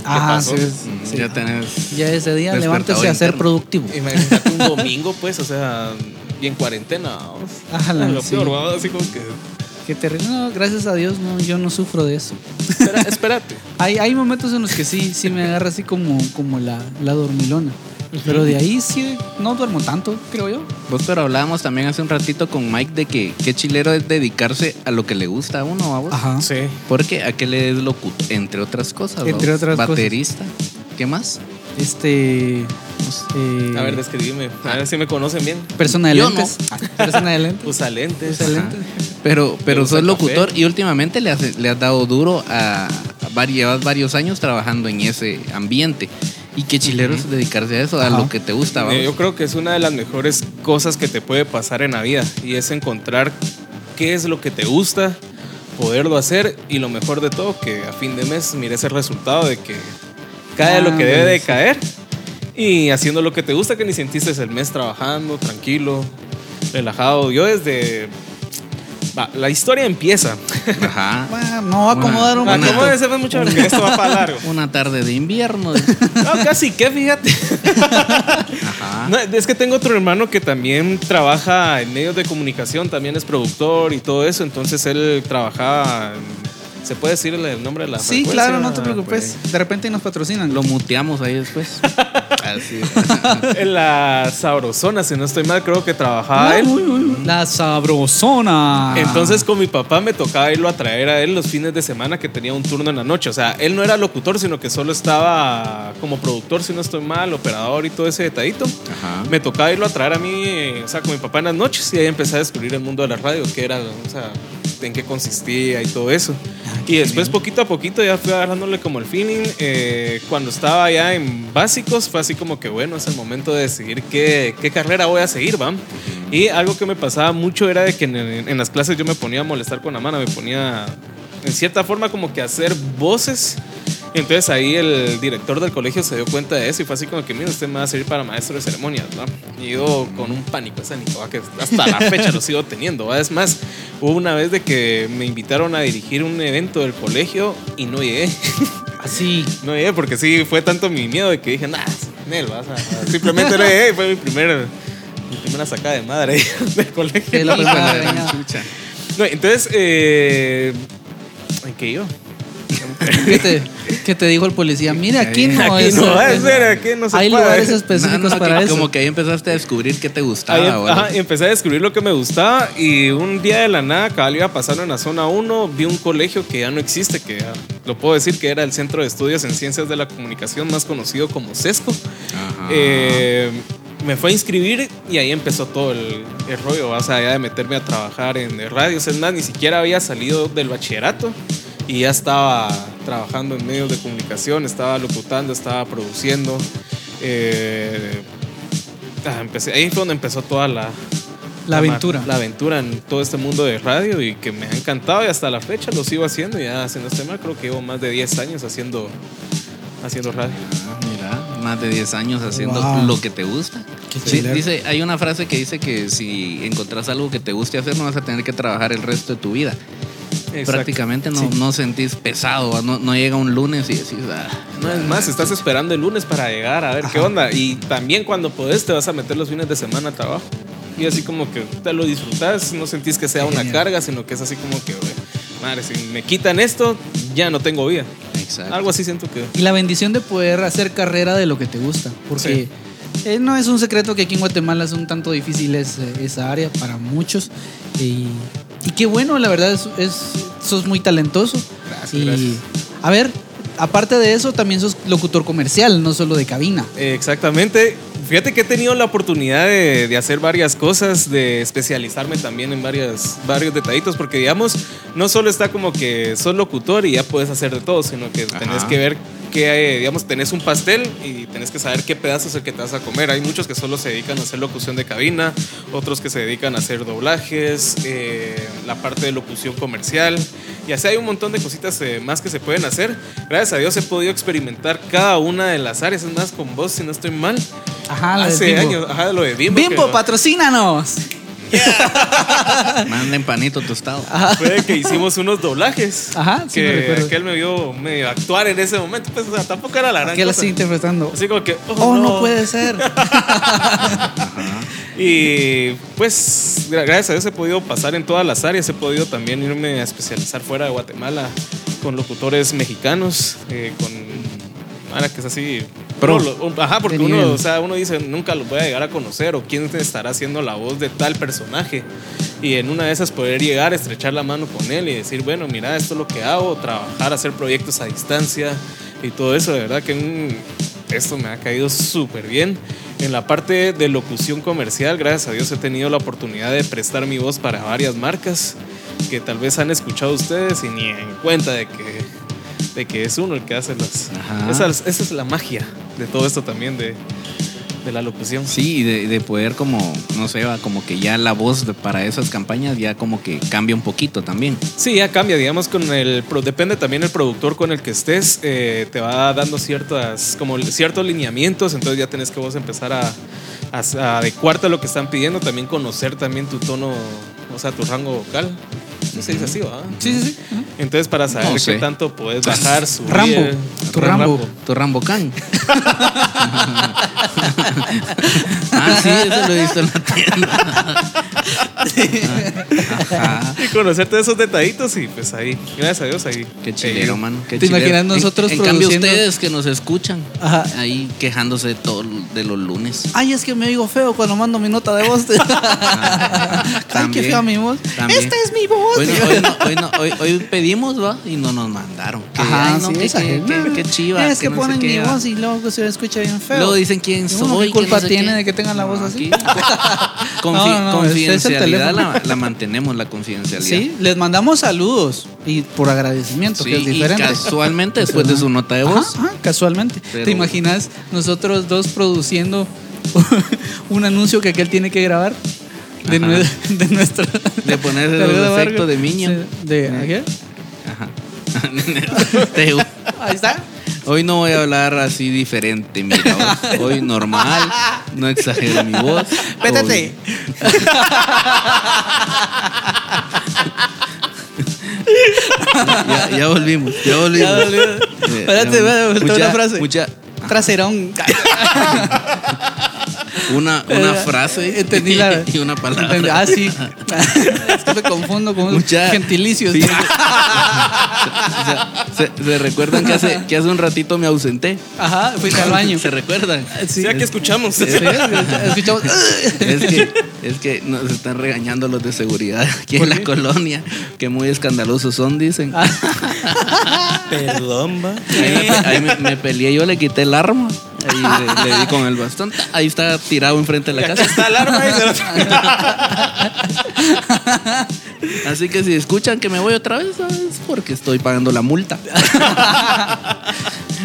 Speaker 2: Ah,
Speaker 6: pasó?
Speaker 2: sí, es- sí.
Speaker 3: Mm, Ya tenés.
Speaker 2: Ya ese día
Speaker 3: Despertador
Speaker 2: levántese a ser
Speaker 3: interno.
Speaker 2: productivo.
Speaker 6: Imagínate un domingo, pues, o sea, y en cuarentena, vamos.
Speaker 2: Ala,
Speaker 6: Lo
Speaker 2: sí.
Speaker 6: peor, ¿va? así como que...
Speaker 2: Qué terrible. No, gracias a Dios, no, yo no sufro de eso.
Speaker 6: espera- espérate.
Speaker 2: Hay, hay momentos en los que sí, sí me agarra así como, como la, la dormilona. Pero de ahí sí no duermo tanto, creo yo.
Speaker 3: Vos, pero hablábamos también hace un ratito con Mike de que qué chilero es dedicarse a lo que le gusta a uno, ¿va vos?
Speaker 2: Ajá.
Speaker 6: Sí.
Speaker 3: Porque aquel es locutor, entre otras cosas. ¿va
Speaker 2: Entre
Speaker 3: vos?
Speaker 2: otras cosas.
Speaker 3: Baterista. ¿Qué más?
Speaker 2: Este. eh,
Speaker 6: A ver, describime. A ver si me conocen bien.
Speaker 2: persona de
Speaker 3: yo [laughs]
Speaker 2: lentes. Persona de lentes.
Speaker 6: Usa lentes.
Speaker 3: Ajá. Pero, pero
Speaker 6: gusta
Speaker 3: sos
Speaker 6: el
Speaker 3: locutor
Speaker 6: café?
Speaker 3: y últimamente le has, le has dado duro a, a vari- llevas varios años trabajando en ese ambiente. Y qué chilero es dedicarse a eso, a
Speaker 2: Ajá.
Speaker 3: lo que te gusta. ¿va
Speaker 6: Eh, Yo
Speaker 3: vos?
Speaker 6: creo que es una de las mejores cosas que te puede pasar en la vida y es encontrar qué es lo que te gusta, poderlo hacer y lo mejor de todo, que a fin de mes mires el resultado de que cae lo que
Speaker 2: Ah,
Speaker 6: debe de
Speaker 2: sí.
Speaker 6: caer y haciendo lo que te gusta, que ni sentiste el mes trabajando, tranquilo, relajado. Yo desde... Va, la historia empieza.
Speaker 3: Ajá.
Speaker 2: Bueno, me voy a acomodar un
Speaker 3: Una-
Speaker 2: poquito.
Speaker 6: Acomódense, pues, mucho, porque esto va para largo.
Speaker 3: Una tarde de invierno.
Speaker 6: No, casi que, fíjate.
Speaker 3: Ajá.
Speaker 6: No, es que tengo otro hermano que también trabaja en medios de comunicación, también es productor y todo eso, entonces él trabajaba... en- ¿Se puede decir el nombre de la
Speaker 2: Sí,
Speaker 3: Ah,
Speaker 6: frecuencia?
Speaker 2: claro, no te preocupes.
Speaker 6: Pues,
Speaker 2: De repente nos patrocinan.
Speaker 3: Lo muteamos ahí después. Así.
Speaker 6: Ah, En la Sabrosona, si no estoy mal, creo que trabajaba Ah, él.
Speaker 2: La sabrosona.
Speaker 6: Entonces con mi papá me tocaba irlo a traer a él los fines de semana que tenía un turno en la noche. O sea, él no era locutor, sino que solo estaba como productor, si no estoy mal, operador y todo ese detallito.
Speaker 3: Ajá.
Speaker 6: Me tocaba irlo a traer a mí, eh, o sea, con mi papá en las noches y ahí empecé a descubrir el mundo de la radio, qué era, o sea, en qué consistía y todo eso. y después poquito a poquito ya fui agarrándole como el feeling. Eh, cuando estaba ya en básicos fue así como que bueno, es el momento de decidir qué, qué carrera voy a seguir, ¿va? Y algo que me pasaba mucho era de que en, en- en las clases yo me ponía a molestar con la mano, me ponía en cierta forma como que a hacer voces. Entonces ahí el director del colegio se dio cuenta de eso y fue así como que, mira, usted me va a servir para maestro de ceremonias, ¿no? Y yo con un pánico escénico, ¿va? que hasta la fecha lo sigo teniendo, ¿va? Es más, hubo una vez de que me invitaron a dirigir un evento del colegio y no llegué. [laughs]
Speaker 2: Así.
Speaker 6: No llegué porque sí fue tanto mi miedo de que dije, nada, Nel, vas a... Simplemente no llegué y fue mi, primer, mi primera sacada de madre ahí [laughs] del colegio.
Speaker 2: Es la primera vez.
Speaker 3: Chucha.
Speaker 6: No, entonces, eh... ¿En qué iba?
Speaker 2: ¿Qué te, qué te dijo el policía? Mira, aquí no
Speaker 6: Aquí
Speaker 2: es.
Speaker 6: [laughs] no va a ser, aquí no se
Speaker 2: Hay
Speaker 6: puede.
Speaker 2: lugares específicos
Speaker 3: No, no,
Speaker 2: para
Speaker 3: que-
Speaker 2: eso.
Speaker 3: Como que ahí empezaste a descubrir qué te gustaba.
Speaker 6: Ahí em-
Speaker 3: ¿verdad?
Speaker 6: ajá, empecé a descubrir lo que me gustaba y un día de la nada, cabal iba pasando en la zona 1, vi un colegio que ya no existe, que ya- lo puedo decir que era el Centro de Estudios en Ciencias de la Comunicación, más conocido como CESCO.
Speaker 3: Ajá.
Speaker 6: Eh, me fue a inscribir y ahí empezó todo el, el rollo, o sea, ya de meterme a trabajar en radios. Es más, ni siquiera había salido del bachillerato y ya estaba trabajando en medios de comunicación, estaba locutando, estaba produciendo. Eh, ah, empecé, ahí fue donde empezó toda la,
Speaker 2: La aventura.
Speaker 6: la aventura en todo este mundo de radio y que me ha encantado y hasta la fecha lo sigo haciendo. Ya haciendo este mal, creo que llevo más de 10 años haciendo, haciendo radio.
Speaker 3: Ah, mira, más de 10 años haciendo
Speaker 2: Wow.
Speaker 3: lo que te gusta.
Speaker 2: Qué
Speaker 3: Sí,
Speaker 2: chilero.
Speaker 3: dice, hay una frase que dice que si encontrás algo que te guste hacer, no vas a tener que trabajar el resto de tu vida.
Speaker 6: Exacto.
Speaker 3: Prácticamente no, no sentís pesado, ¿va? no, no llega un lunes y decís, ah,
Speaker 6: No es más, estás esperando el lunes para llegar a ver qué onda. Y también cuando podés te vas a meter los fines de semana a trabajo. Y así como que te lo disfrutás, no sentís que sea una
Speaker 2: Genial.
Speaker 6: carga, sino que es así como que, "Oye, madre, si me quitan esto, ya no tengo vida.
Speaker 3: Exacto.
Speaker 6: Algo así siento que...
Speaker 2: Y la bendición de poder hacer carrera de lo que te gusta. Porque eh, no es un secreto que aquí en Guatemala es un tanto difícil es- esa área para muchos. Y, y qué bueno, la verdad, es, es- sos muy talentoso.
Speaker 6: Gracias,
Speaker 2: y,
Speaker 6: gracias.
Speaker 2: A ver, aparte de eso, también sos locutor comercial, no solo de cabina.
Speaker 6: Eh, Exactamente. Fíjate que he tenido la oportunidad de, de hacer varias cosas, de especializarme también en varias, varios detallitos, porque digamos, no solo está como que sos locutor y ya puedes hacer de todo, sino que
Speaker 3: Ajá.
Speaker 2: Ah.
Speaker 6: tenés que ver que, eh, digamos, tenés un pastel y tenés que saber qué pedazo es el que te vas a comer. Hay muchos que solo se dedican a hacer locución de cabina, otros que se dedican a hacer doblajes, eh, la parte de locución comercial. Y así hay un montón de cositas eh, más que se pueden hacer. Gracias a Dios he podido experimentar cada una de las áreas. Es más, con vos, si no estoy mal.
Speaker 2: Ajá, la Ah, de
Speaker 6: Hace
Speaker 2: Bimbo.
Speaker 6: años, ajá, lo de Bimbo.
Speaker 2: Bimbo,
Speaker 6: que-
Speaker 2: patrocínanos.
Speaker 3: Manden panito tostado.
Speaker 6: Fue de que hicimos unos doblajes.
Speaker 2: Ajá, sí me
Speaker 6: que,
Speaker 2: recuerdo.
Speaker 6: que él me vio medio actuar en ese momento. Pues, o sea, tampoco era la gran
Speaker 2: Que la
Speaker 6: cosa.
Speaker 2: estoy interpretando.
Speaker 6: Así como que, oh,
Speaker 2: Oh, no. puede
Speaker 3: [laughs]
Speaker 2: ser.
Speaker 6: Y pues gra- gracias a Dios he podido pasar en todas las áreas, he podido también irme a especializar fuera de Guatemala con locutores mexicanos, eh, con Mara que es así.
Speaker 3: Pro.
Speaker 6: uno lo- un- ajá, porque
Speaker 2: De
Speaker 6: uno,
Speaker 2: nivel.
Speaker 6: o sea, uno dice nunca los voy a llegar a conocer o quién estará haciendo la voz de tal personaje. Y en una de esas poder llegar, estrechar la mano con él y decir, bueno, mira, esto es lo que hago, trabajar, hacer proyectos a distancia y todo eso, de verdad que mm, esto me ha caído súper bien. En la parte de locución comercial, gracias a Dios he tenido la oportunidad de prestar mi voz para varias marcas que tal vez han escuchado ustedes y ni en cuenta de que, de que es uno el que hace las...
Speaker 3: Ajá.
Speaker 6: Esa, esa es la magia de todo esto también, de, de la locución.
Speaker 3: Sí, y de, de poder como, no sé, va, como que ya la voz de- para esas campañas ya como que cambia un poquito también.
Speaker 6: Sí, ya cambia, digamos, con el pro- depende también el productor con el que estés, eh, te va dando ciertas, como ciertos lineamientos, entonces ya tenés que vos empezar a, a- a adecuarte a lo que están pidiendo, también conocer también tu tono, o sea, tu rango vocal. Sí, se dice así, ¿verdad?
Speaker 2: Sí, sí, sí.
Speaker 6: Entonces para saber
Speaker 3: No sé.
Speaker 6: qué tanto puedes
Speaker 2: [laughs]
Speaker 6: bajar, subir.
Speaker 2: Rambo, tu Rambo. [laughs]
Speaker 3: Tu Rambocán. ah, sí, eso lo he visto en la tienda. Ajá.
Speaker 6: Y conocer todos esos detallitos y pues ahí, gracias a Dios ahí.
Speaker 3: Qué chilero,
Speaker 6: eh,
Speaker 3: mano. qué
Speaker 2: ¿Te
Speaker 3: chilero.
Speaker 2: imaginas nosotros
Speaker 3: En, en cambio,
Speaker 2: produciendo?
Speaker 3: ustedes que nos escuchan
Speaker 2: Ajá.
Speaker 3: ahí quejándose de todo, de los lunes.
Speaker 2: Ay, es que me oigo feo cuando mando mi nota
Speaker 3: [laughs]
Speaker 2: de voz. Ay, qué
Speaker 3: También,
Speaker 2: fea mi voz.
Speaker 3: también.
Speaker 2: Esta es mi voz.
Speaker 3: Hoy, no- hoy no- hoy no- hoy- hoy pedimos, ¿va? Y no nos mandaron.
Speaker 2: [laughs]
Speaker 3: Que,
Speaker 2: Ajá,
Speaker 3: ay, no,
Speaker 2: sí,
Speaker 3: que,
Speaker 2: esa
Speaker 3: que-
Speaker 2: gente.
Speaker 3: que- que chiva.
Speaker 2: Es que,
Speaker 3: no sé
Speaker 2: ponen
Speaker 3: qué,
Speaker 2: mi
Speaker 3: va.
Speaker 2: voz y luego se escucha bien feo.
Speaker 3: Luego dicen quién
Speaker 2: Y
Speaker 3: soy.
Speaker 2: uno, ¿Qué
Speaker 3: que
Speaker 2: culpa
Speaker 3: no sé
Speaker 2: tiene
Speaker 3: qué.
Speaker 2: de que tengan la voz así?
Speaker 3: Aquí.
Speaker 2: [laughs] No,
Speaker 3: Confi-
Speaker 2: no, es el
Speaker 3: confidencialidad
Speaker 2: teléfono.
Speaker 3: la, la mantenemos, la confidencialidad.
Speaker 2: Sí, les mandamos saludos y por agradecimiento,
Speaker 3: Sí,
Speaker 2: que es
Speaker 3: y
Speaker 2: diferente.
Speaker 3: casualmente después de su nota de voz.
Speaker 2: Ajá, ajá, casualmente.
Speaker 3: Pero-
Speaker 2: ¿Te imaginas nosotros dos produciendo [laughs] un anuncio que aquel tiene que grabar? De,
Speaker 3: Ajá.
Speaker 2: nue- [laughs] de nuestro. [laughs]
Speaker 3: De poner el
Speaker 2: Alfredo
Speaker 3: efecto de miño.
Speaker 2: Sí, ¿De ¿a qué?
Speaker 3: Ajá. [laughs] Te digo,
Speaker 2: Ahí está.
Speaker 3: Hoy no voy a hablar así diferente, mira. vos. Hoy normal, no exagero mi voz.
Speaker 2: Pétate.
Speaker 3: Hoy- Ya, ya volvimos, ya volvimos.
Speaker 2: Ya volvimos.
Speaker 3: Eh,
Speaker 2: Espérate,
Speaker 3: ya
Speaker 2: espérate,
Speaker 3: volvimos.
Speaker 2: faltó una frase.
Speaker 3: mucha-
Speaker 2: Traserón.
Speaker 3: una, una frase
Speaker 2: Eh, [laughs] Entendí la.
Speaker 3: [laughs] y una palabra.
Speaker 2: Entendí. Ah,
Speaker 3: [laughs]
Speaker 2: sí. es que me confundo con
Speaker 3: Mucha-
Speaker 2: gentilicios.
Speaker 3: Sí. O sea, se, se recuerdan que hace, que hace un ratito me ausenté.
Speaker 2: Ajá, fuiste al baño.
Speaker 3: ¿Se recuerdan?
Speaker 2: Sí.
Speaker 6: Ya que escuchamos.
Speaker 2: Sí,
Speaker 6: [laughs]
Speaker 2: escuchamos.
Speaker 3: [laughs] Es que, es que nos están regañando los de seguridad aquí en la colonia, que muy escandalosos son, dicen.
Speaker 2: Ah.
Speaker 6: Perdón, va.
Speaker 3: Ahí, me, ahí me- me peleé, yo le quité el arma y le, le di con el bastón. Ahí está tirado enfrente de la
Speaker 6: Acá
Speaker 3: casa.
Speaker 6: está el arma y se la-
Speaker 2: [laughs]
Speaker 6: [laughs]
Speaker 3: Así que si escuchan que me voy otra vez, es porque estoy pagando la multa.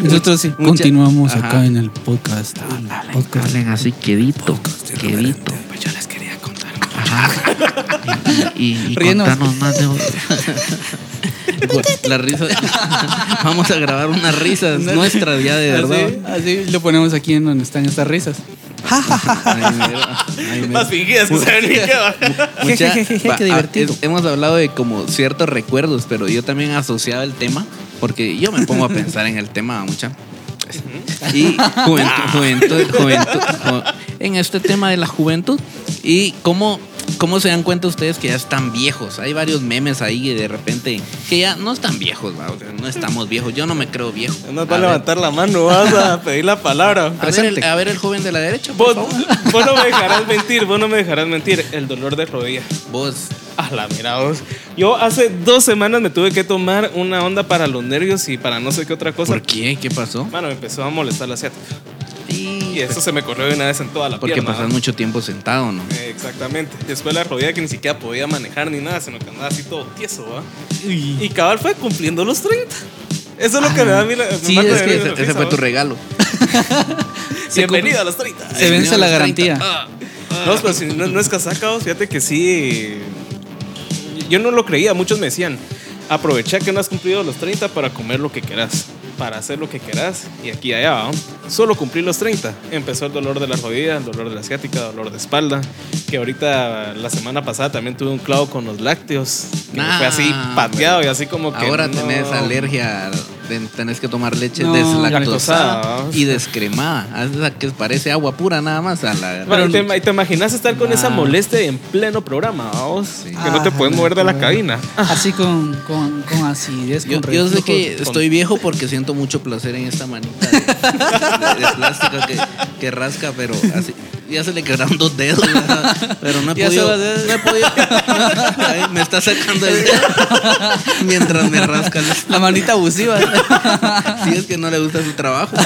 Speaker 2: Nosotros sí,
Speaker 3: Mucha-
Speaker 2: continuamos
Speaker 3: Ajá.
Speaker 2: acá en el podcast. podcast.
Speaker 3: Hablen así, quedito, quedito. Pues yo les quería contar. Y, y
Speaker 2: Riéndonos.
Speaker 3: contarnos más de Gua- La risa. Vamos a grabar unas risas nuestras ya Ah,
Speaker 6: ¿Ah,
Speaker 3: de verdad.
Speaker 2: Así, así Ah, lo ponemos aquí en donde están estas
Speaker 6: [laughs]
Speaker 2: risas.
Speaker 3: Ay, mira, ay, mira.
Speaker 6: Más fingidas que saben ni qué va.
Speaker 3: Mucha-
Speaker 2: Jejejeje,
Speaker 3: va,
Speaker 2: qué
Speaker 3: ah,
Speaker 2: divertido.
Speaker 3: es- hemos hablado de como ciertos recuerdos, pero yo también asociaba el tema, porque yo me pongo a pensar en el tema, mucha. [laughs] Y juventud, [laughs] juventud, juventud, ju- en este tema de la juventud y cómo, cómo se dan cuenta ustedes que ya están viejos. Hay varios memes ahí y de repente que ya no están viejos, va, o sea, no estamos viejos. Yo no me creo viejo.
Speaker 6: Nos
Speaker 3: A
Speaker 6: va
Speaker 3: ver,
Speaker 6: a levantar la mano, vas a pedir la palabra.
Speaker 3: a ver, el, a ver el joven de la derecha.
Speaker 6: Vos,
Speaker 3: Por favor.
Speaker 6: vos no me dejarás mentir, vos no me dejarás mentir. El dolor de rodilla.
Speaker 3: Vos.
Speaker 6: A la mira vos. Yo hace dos semanas me tuve que tomar una onda para los nervios y para no sé qué otra cosa.
Speaker 3: ¿Por qué? ¿Qué pasó?
Speaker 6: Mano, me empezó a molestar la ciática. Y eso se me corrió de una vez en toda la
Speaker 3: Porque
Speaker 6: pierna.
Speaker 3: pasas mucho tiempo sentado, ¿no?
Speaker 6: Eh, Exactamente. Después la rodilla que ni siquiera podía manejar ni nada, se me andaba así todo tieso, ¿va? Y cabal fue cumpliendo los 30. Eso es lo que me da a mí la. me
Speaker 3: Sí,
Speaker 6: mata
Speaker 3: es
Speaker 6: de
Speaker 3: que
Speaker 6: risa,
Speaker 3: ese, ese fue
Speaker 6: ¿va?
Speaker 3: tu regalo.
Speaker 6: Bienvenido a los 30.
Speaker 2: Se vence la
Speaker 3: Señor,
Speaker 2: garantía.
Speaker 3: Ah,
Speaker 6: No, pero si no, no es casaca, vos, fíjate que sí. Yo no lo creía, muchos me decían, aprovecha que no has cumplido los 30 para comer lo que querás, para hacer lo que querás, y aquí y allá, ¿vamos? solo cumplí los 30. Empezó el dolor de la rodilla, el dolor de la asiática, dolor de espalda, que ahorita la semana pasada también tuve un clavo con los lácteos, que me
Speaker 3: nah,
Speaker 6: fue así pateado y así como que...
Speaker 3: Ah, Ahora
Speaker 6: no-
Speaker 3: tenés alergia, ten- tenés que tomar leche
Speaker 2: No,
Speaker 3: deslactosada
Speaker 6: lactosada.
Speaker 3: y descremada. Haz Esa que parece agua pura nada más. A la,
Speaker 6: Bueno, ¿te, te imaginas estar con
Speaker 3: Ah.
Speaker 6: esa molestia en pleno programa, vamos? que no te
Speaker 2: Ah,
Speaker 6: puedes mover de la
Speaker 2: no.
Speaker 6: cabina.
Speaker 2: Así con, con, con acidez,
Speaker 3: yo,
Speaker 2: con
Speaker 3: yo sé
Speaker 2: reflujos.
Speaker 3: que
Speaker 6: con-
Speaker 3: estoy viejo porque siento mucho placer en esta manita de, de- de plástico que, que rasca, pero así. Ya se le quebraron dos dedos, ¿verdad? pero no he
Speaker 2: Ya se
Speaker 3: podido.
Speaker 2: los dedos.
Speaker 3: No he podido. [laughs] Ay, me está sacando el dedo mientras me rasca. el-
Speaker 2: La manita [laughs] abusiva.
Speaker 3: [laughs] Si es que no le gusta su trabajo. [laughs]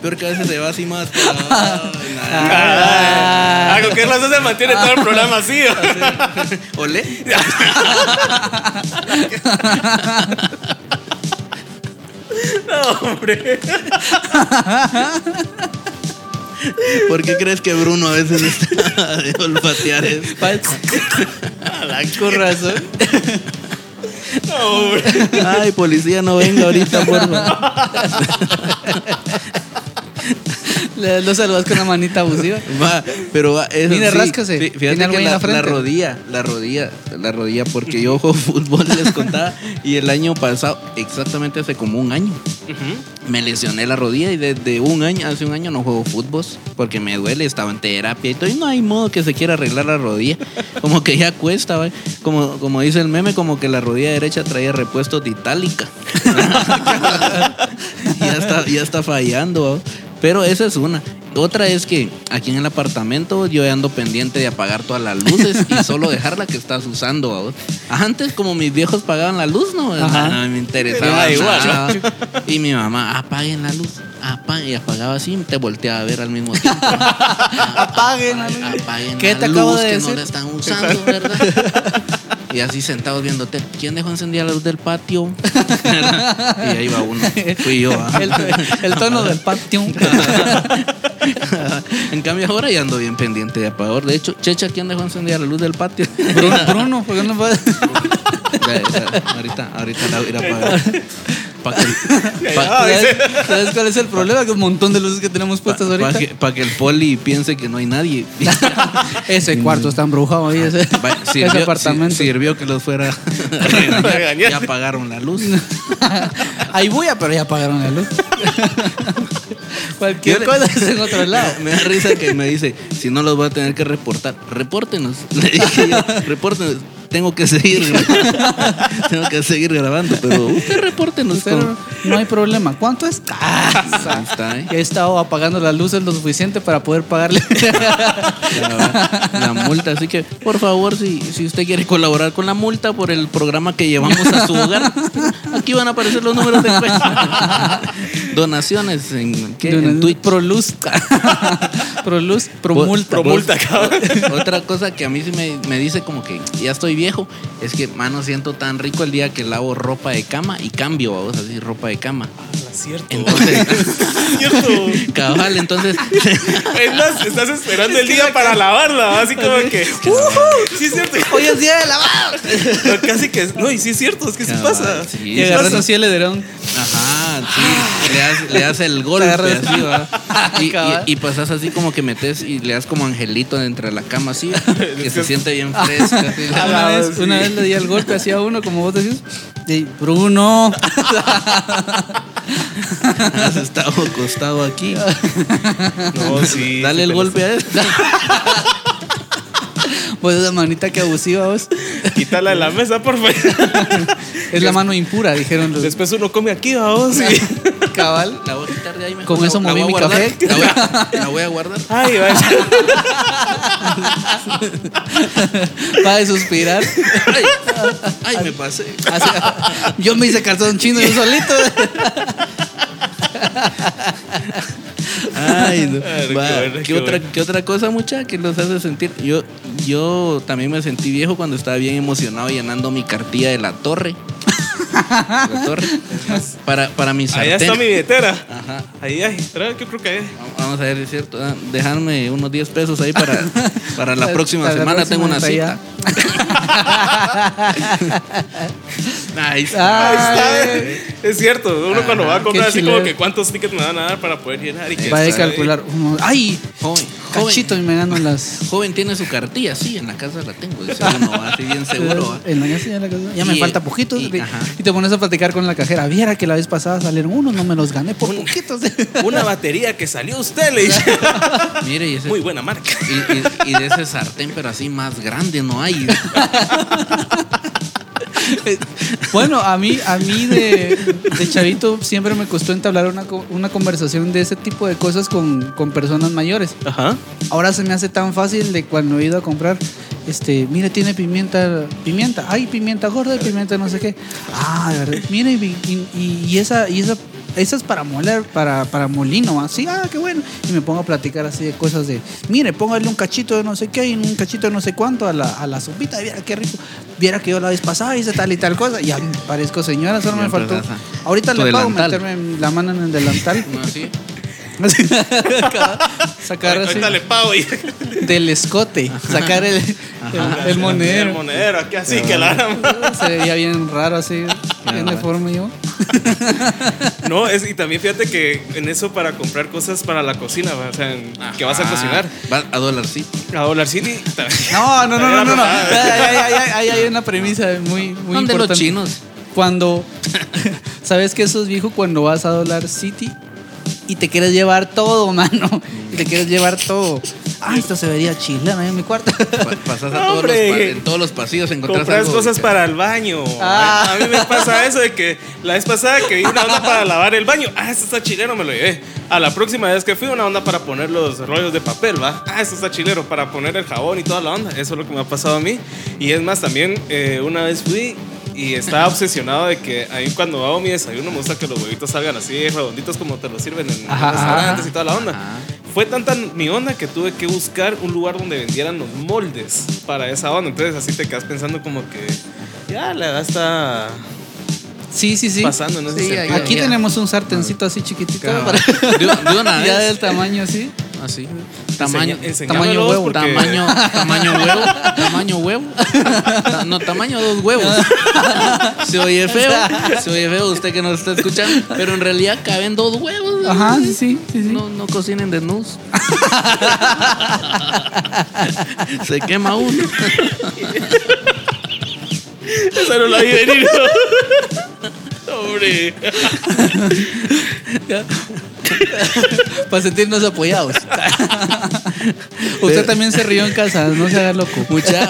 Speaker 3: Peor que a veces se va así más. pero- Ay, nada.
Speaker 6: Ah, ¿con qué razón se mantiene todo el programa así?
Speaker 2: [laughs]
Speaker 3: ¿Olé?
Speaker 6: Hombre.
Speaker 3: [laughs] ¿Por qué crees que Bruno a veces está de olfatear eso?
Speaker 2: con
Speaker 3: [laughs]
Speaker 2: razón.
Speaker 3: Ay, policía, no venga ahorita, por favor.
Speaker 2: Le- Lo saludas con la manita abusiva.
Speaker 3: [laughs] Va, pero va, eso
Speaker 2: Mire,
Speaker 3: sí,
Speaker 2: ráscase.
Speaker 3: fí-
Speaker 2: Tiene
Speaker 3: Fíjate
Speaker 2: algo
Speaker 3: que
Speaker 2: ahí en
Speaker 3: la,
Speaker 2: la frente.
Speaker 3: la rodilla, la rodilla, la rodilla, porque yo juego [laughs] fútbol, les contaba, y el año pasado, exactamente hace como un año, me lesioné la rodilla y desde un año, hace un año no juego fútbol porque me duele, estaba en terapia y todo, y no hay modo que se quiera arreglar la rodilla. [laughs] Como que ya cuesta, ¿va? como, como dice el meme, como que la rodilla derecha traía [laughs] repuestos de itálica. ya, está, ya está fallando. ¿va? Pero esa es una. Otra es que aquí en el apartamento yo ando pendiente de apagar todas las luces
Speaker 2: [laughs]
Speaker 3: y solo dejar la que estás usando. ¿vos? Antes, como mis viejos pagaban la luz, no,
Speaker 2: Ajá.
Speaker 3: no me interesaba.
Speaker 6: Era igual, ¿no?
Speaker 3: nada. Y mi mamá, apaguen la luz. apa- y apagaba así, te volteaba a ver al mismo
Speaker 2: [laughs]
Speaker 3: tiempo.
Speaker 2: Apaguen.
Speaker 3: Ay, apaguen
Speaker 2: ¿Qué
Speaker 3: la
Speaker 2: te acabo
Speaker 3: luz
Speaker 2: de
Speaker 3: que
Speaker 2: decir?
Speaker 3: no la están usando,
Speaker 2: [laughs]
Speaker 3: ¿verdad? Y así sentados viendo tele. ¿Quién dejó encendida la luz del patio?
Speaker 2: [laughs]
Speaker 3: [laughs] y ahí va uno. Fui yo. ah.
Speaker 2: El, el tono del patio.
Speaker 3: [laughs] en cambio ahora ya ando bien pendiente de apagador. De hecho, Checha, ¿quién dejó encendida la luz del patio? [laughs]
Speaker 2: Bruno, Bruno, ¿por qué no puedes?
Speaker 3: Ya, ya, ahorita, ahorita la voy a ir a apagar.
Speaker 2: [laughs]
Speaker 3: Pa' que- pa-
Speaker 6: Ah,
Speaker 2: ¿Sabes,
Speaker 6: dice.
Speaker 2: sabes cuál es el problema? Que un montón de luces que tenemos puestas
Speaker 3: pa-
Speaker 2: ahorita.
Speaker 3: pa' que, pa' que el poli piense que no
Speaker 2: [laughs]
Speaker 3: hay nadie. [laughs]
Speaker 2: Ese cuarto está embrujado ahí, ese,
Speaker 3: Va-
Speaker 2: ese
Speaker 3: sirvió,
Speaker 2: apartamento.
Speaker 3: sir- sirvió que
Speaker 2: [laughs]
Speaker 3: los fuera a regañar. ya apagaron la luz.
Speaker 2: Hay bulla, pero ya apagaron la luz.
Speaker 3: Yo
Speaker 2: Cualquier
Speaker 3: le-
Speaker 2: cosa es en [laughs] otro lado.
Speaker 3: Me da risa que me dice, si no los voy a tener que reportar, repórtenos. [laughs] Le dije yo, repórtenos. Tengo que seguir grabando. [laughs] Tengo que seguir grabando, pero usted repórtenos.
Speaker 2: Pero
Speaker 3: con-
Speaker 2: no hay problema. ¿Cuánto es? Casa.
Speaker 3: Ahí está, ¿eh?
Speaker 2: He estado apagando las luces lo suficiente para poder pagarle.
Speaker 3: la, la multa. Así que, por favor, si, si usted quiere colaborar con la multa por el programa que llevamos a su hogar, aquí van a aparecer los números de cuenta. Donaciones en, [laughs] ¿qué? en Twitch.
Speaker 2: Proluz.
Speaker 3: [laughs]
Speaker 2: Proluz, promulta.
Speaker 3: Vos-
Speaker 6: Promulta,
Speaker 3: vos- Otra cosa que a mí sí me, me dice como que ya estoy viejo es que, mano, siento tan rico el día que lavo ropa de cama y cambio, vamos así, ropa de cama.
Speaker 6: Ah, Cierto.
Speaker 3: Entonces,
Speaker 6: [laughs] Cierto.
Speaker 3: [laughs] cabal, entonces.
Speaker 6: Es más, [laughs] estás esperando el día para lavarla, así como que. "Ujú, Sí, es cierto.
Speaker 2: Hoy es día de lavado.
Speaker 6: No, Casi que. No, y sí es cierto, es que sí
Speaker 3: Cabal,
Speaker 6: pasa.
Speaker 3: Ah, sí,
Speaker 2: Y
Speaker 3: sí
Speaker 2: agarras
Speaker 3: pasa.
Speaker 2: así el edredón.
Speaker 3: Ajá, sí. Le das, le das el golpe
Speaker 2: agarras.
Speaker 3: así, ¿va? Y,
Speaker 2: Cabal.
Speaker 3: y, y pasas así como que metes y le das como angelito entre la cama así, que se siente bien fresca. así.
Speaker 2: Ah, Una vez, una vez le di el golpe así a uno, como vos decís. Y, Bruno.
Speaker 3: Ah, Has estado acostado aquí.
Speaker 6: No, sí.
Speaker 3: Dale el
Speaker 6: pero
Speaker 3: golpe a él.
Speaker 2: [laughs] Pues esa manita que abusiva vos.
Speaker 6: [laughs] Quítala de la mesa, por favor.
Speaker 2: Es la mano impura, dijeron [laughs] los.
Speaker 6: Después uno come aquí, vamos. y-
Speaker 2: Cabal. [laughs]
Speaker 3: La voy a quitar de ahí mejor.
Speaker 2: Con
Speaker 3: La-
Speaker 2: eso
Speaker 3: la
Speaker 2: moví
Speaker 3: voy a
Speaker 2: mi
Speaker 3: guardar.
Speaker 2: café.
Speaker 3: La voy, a, la voy a guardar.
Speaker 6: Ay, vaya.
Speaker 2: Va de suspirar.
Speaker 3: Ay, ay, me pasé.
Speaker 2: Así- yo me hice calzón chino yo solito.
Speaker 3: Ay, [laughs] no.
Speaker 6: Ay, qué
Speaker 3: Va,
Speaker 6: bueno,
Speaker 3: ¿Qué,
Speaker 6: qué
Speaker 3: otra,
Speaker 6: bueno.
Speaker 3: qué otra cosa, mucha, que los hace sentir? Yo, yo también me sentí viejo cuando estaba bien emocionado llenando mi cartilla de la torre. La torre. Para, para mi sartén.
Speaker 6: Allá está mi billetera.
Speaker 3: Ajá.
Speaker 6: Ahí, ahí. Trae, Yo creo que ahí.
Speaker 3: Vamos a ver, es cierto. Ah, Dejarme unos 10 pesos
Speaker 2: [laughs]
Speaker 3: ahí para, para la próxima
Speaker 2: Para la próxima
Speaker 3: semana. Tengo una
Speaker 2: está
Speaker 3: cita. [laughs] Ahí está. eh.
Speaker 2: Ah,
Speaker 6: Ahí está. Es cierto, uno cuando va a comprar
Speaker 2: qué
Speaker 6: así
Speaker 2: chilero.
Speaker 6: como que cuántos tickets me van a dar para poder llenar y que
Speaker 2: eh. Va de
Speaker 6: está ahí.
Speaker 2: calcular. uno, Ay,
Speaker 3: Joven, joven.
Speaker 2: cachito y me gano las.
Speaker 3: Joven tiene su cartilla, sí, en la casa la tengo. Dice uno, va, así bien seguro. va.
Speaker 2: En la casa, ya, en la casa. Ya me
Speaker 3: Y-
Speaker 2: falta poquitos.
Speaker 3: y-
Speaker 2: Y,
Speaker 3: ajá.
Speaker 2: te pones a platicar con la cajera. Viera que la vez pasada salieron unos, no me los gané por poquitos. [laughs]
Speaker 6: Una batería que salió usted, le dije.
Speaker 3: Mire, y, ese-
Speaker 6: Muy buena marca.
Speaker 3: y- y- y de ese sartén, pero así más grande no hay.
Speaker 2: Bueno, a mí, a mí de, de chavito siempre me costó entablar una, co- una conversación de ese tipo de cosas con, con personas mayores.
Speaker 6: Ajá.
Speaker 2: Ahora se me hace tan fácil de cuando he ido a comprar, este, mire, tiene pimienta, pimienta, hay pimienta gorda y pimienta no sé qué. Ah, de verdad. Mire, y, y- y esa, y esa, esa es para moler, para, para molino, así, ah, qué bueno. Y me pongo a platicar así de cosas de, mire, póngale un cachito de no sé qué y un cachito de no sé cuánto a la, a la sopita, y viera qué rico. Viera que yo la vez pasada hice tal y tal cosa. Ya parezco señora, solo
Speaker 3: Ya
Speaker 2: me faltó.
Speaker 3: empezás
Speaker 2: Ahorita
Speaker 3: tu
Speaker 2: le pago
Speaker 3: delantal.
Speaker 2: meterme la mano en el delantal.
Speaker 3: No, así.
Speaker 2: [laughs] Sacar así
Speaker 6: Ahorita le pago y
Speaker 2: del escote, sacar el, el-
Speaker 6: [laughs]
Speaker 2: el
Speaker 6: El
Speaker 2: monedero.
Speaker 6: monedero, aquí así que la
Speaker 2: Se veía bien raro así, bien deforme yo.
Speaker 6: No, es, y también fíjate que en eso para comprar cosas para la cocina, o sea, en- [laughs] que vas a cocinar.
Speaker 3: Va a Dollar City.
Speaker 6: A Dollar City. ta-
Speaker 2: No, no, no, no, no. no.
Speaker 6: Ah,
Speaker 2: Ahí ahí- ahí- ahí- ahí hay una premisa muy, muy
Speaker 3: ¿Dónde
Speaker 2: importante.
Speaker 3: los chinos?
Speaker 2: Cuando, [laughs] ¿sabes que eso es viejo cuando vas a Dollar City? Y te quieres llevar todo, mano. Y te quieres llevar todo. Ah, esto se vería chileno ahí en mi [laughs] cuarto.
Speaker 3: Pa- pasas a todos los,
Speaker 6: Hombre.
Speaker 3: pa- en todos los pasillos encontrás
Speaker 6: Compras
Speaker 3: algo,
Speaker 6: cosas
Speaker 3: ahorita.
Speaker 6: para el baño.
Speaker 2: Ah.
Speaker 6: A mí me pasa eso de que la vez pasada que vi una onda para lavar el baño. Ah, esto está chileno, me lo llevé. A la próxima vez que fui, una onda para poner los rollos de papel, ¿va? Ah, esto está chileno, para poner el jabón y toda la onda. Eso es lo que me ha pasado a mí. Y es más, también eh, una vez fui y estaba obsesionado de que ahí cuando hago mi desayuno me gusta que los huevitos salgan así redonditos como te los sirven en
Speaker 5: Ajá,
Speaker 6: los restaurantes
Speaker 5: ajá.
Speaker 6: y toda la onda.
Speaker 3: Ajá.
Speaker 6: Fue tanta mi onda que tuve que buscar un lugar donde vendieran los moldes para esa onda. Entonces así te quedas pensando como que ya la edad está
Speaker 2: Sí, sí, sí.
Speaker 6: pasando en ese
Speaker 3: Sí,
Speaker 6: sentido.
Speaker 3: ahí-
Speaker 2: Aquí
Speaker 3: Ya.
Speaker 2: tenemos un sartencito así chiquitito.
Speaker 6: Cabal.
Speaker 2: para-
Speaker 3: De, de una
Speaker 2: [laughs]
Speaker 3: vez.
Speaker 2: ya del tamaño así.
Speaker 3: Así. Tamaño,
Speaker 6: enseñámelos
Speaker 3: tamaño huevo.
Speaker 6: porque-
Speaker 3: Tamaño, tamaño huevo. Tamaño huevo. Ta- No, tamaño dos huevos. Se oye feo. Se oye feo usted que nos está escuchando. Pero en realidad caben dos huevos.
Speaker 2: Ajá, sí, sí, sí, sí.
Speaker 3: No, no cocinen desnudos. Se quema uno.
Speaker 6: Esa no la vi venir. Hombre.
Speaker 2: Para sentirnos
Speaker 3: [laughs]
Speaker 2: apoyados.
Speaker 3: Eh.
Speaker 2: Usted también se rió en casa, no se haga loco.
Speaker 3: Mucha,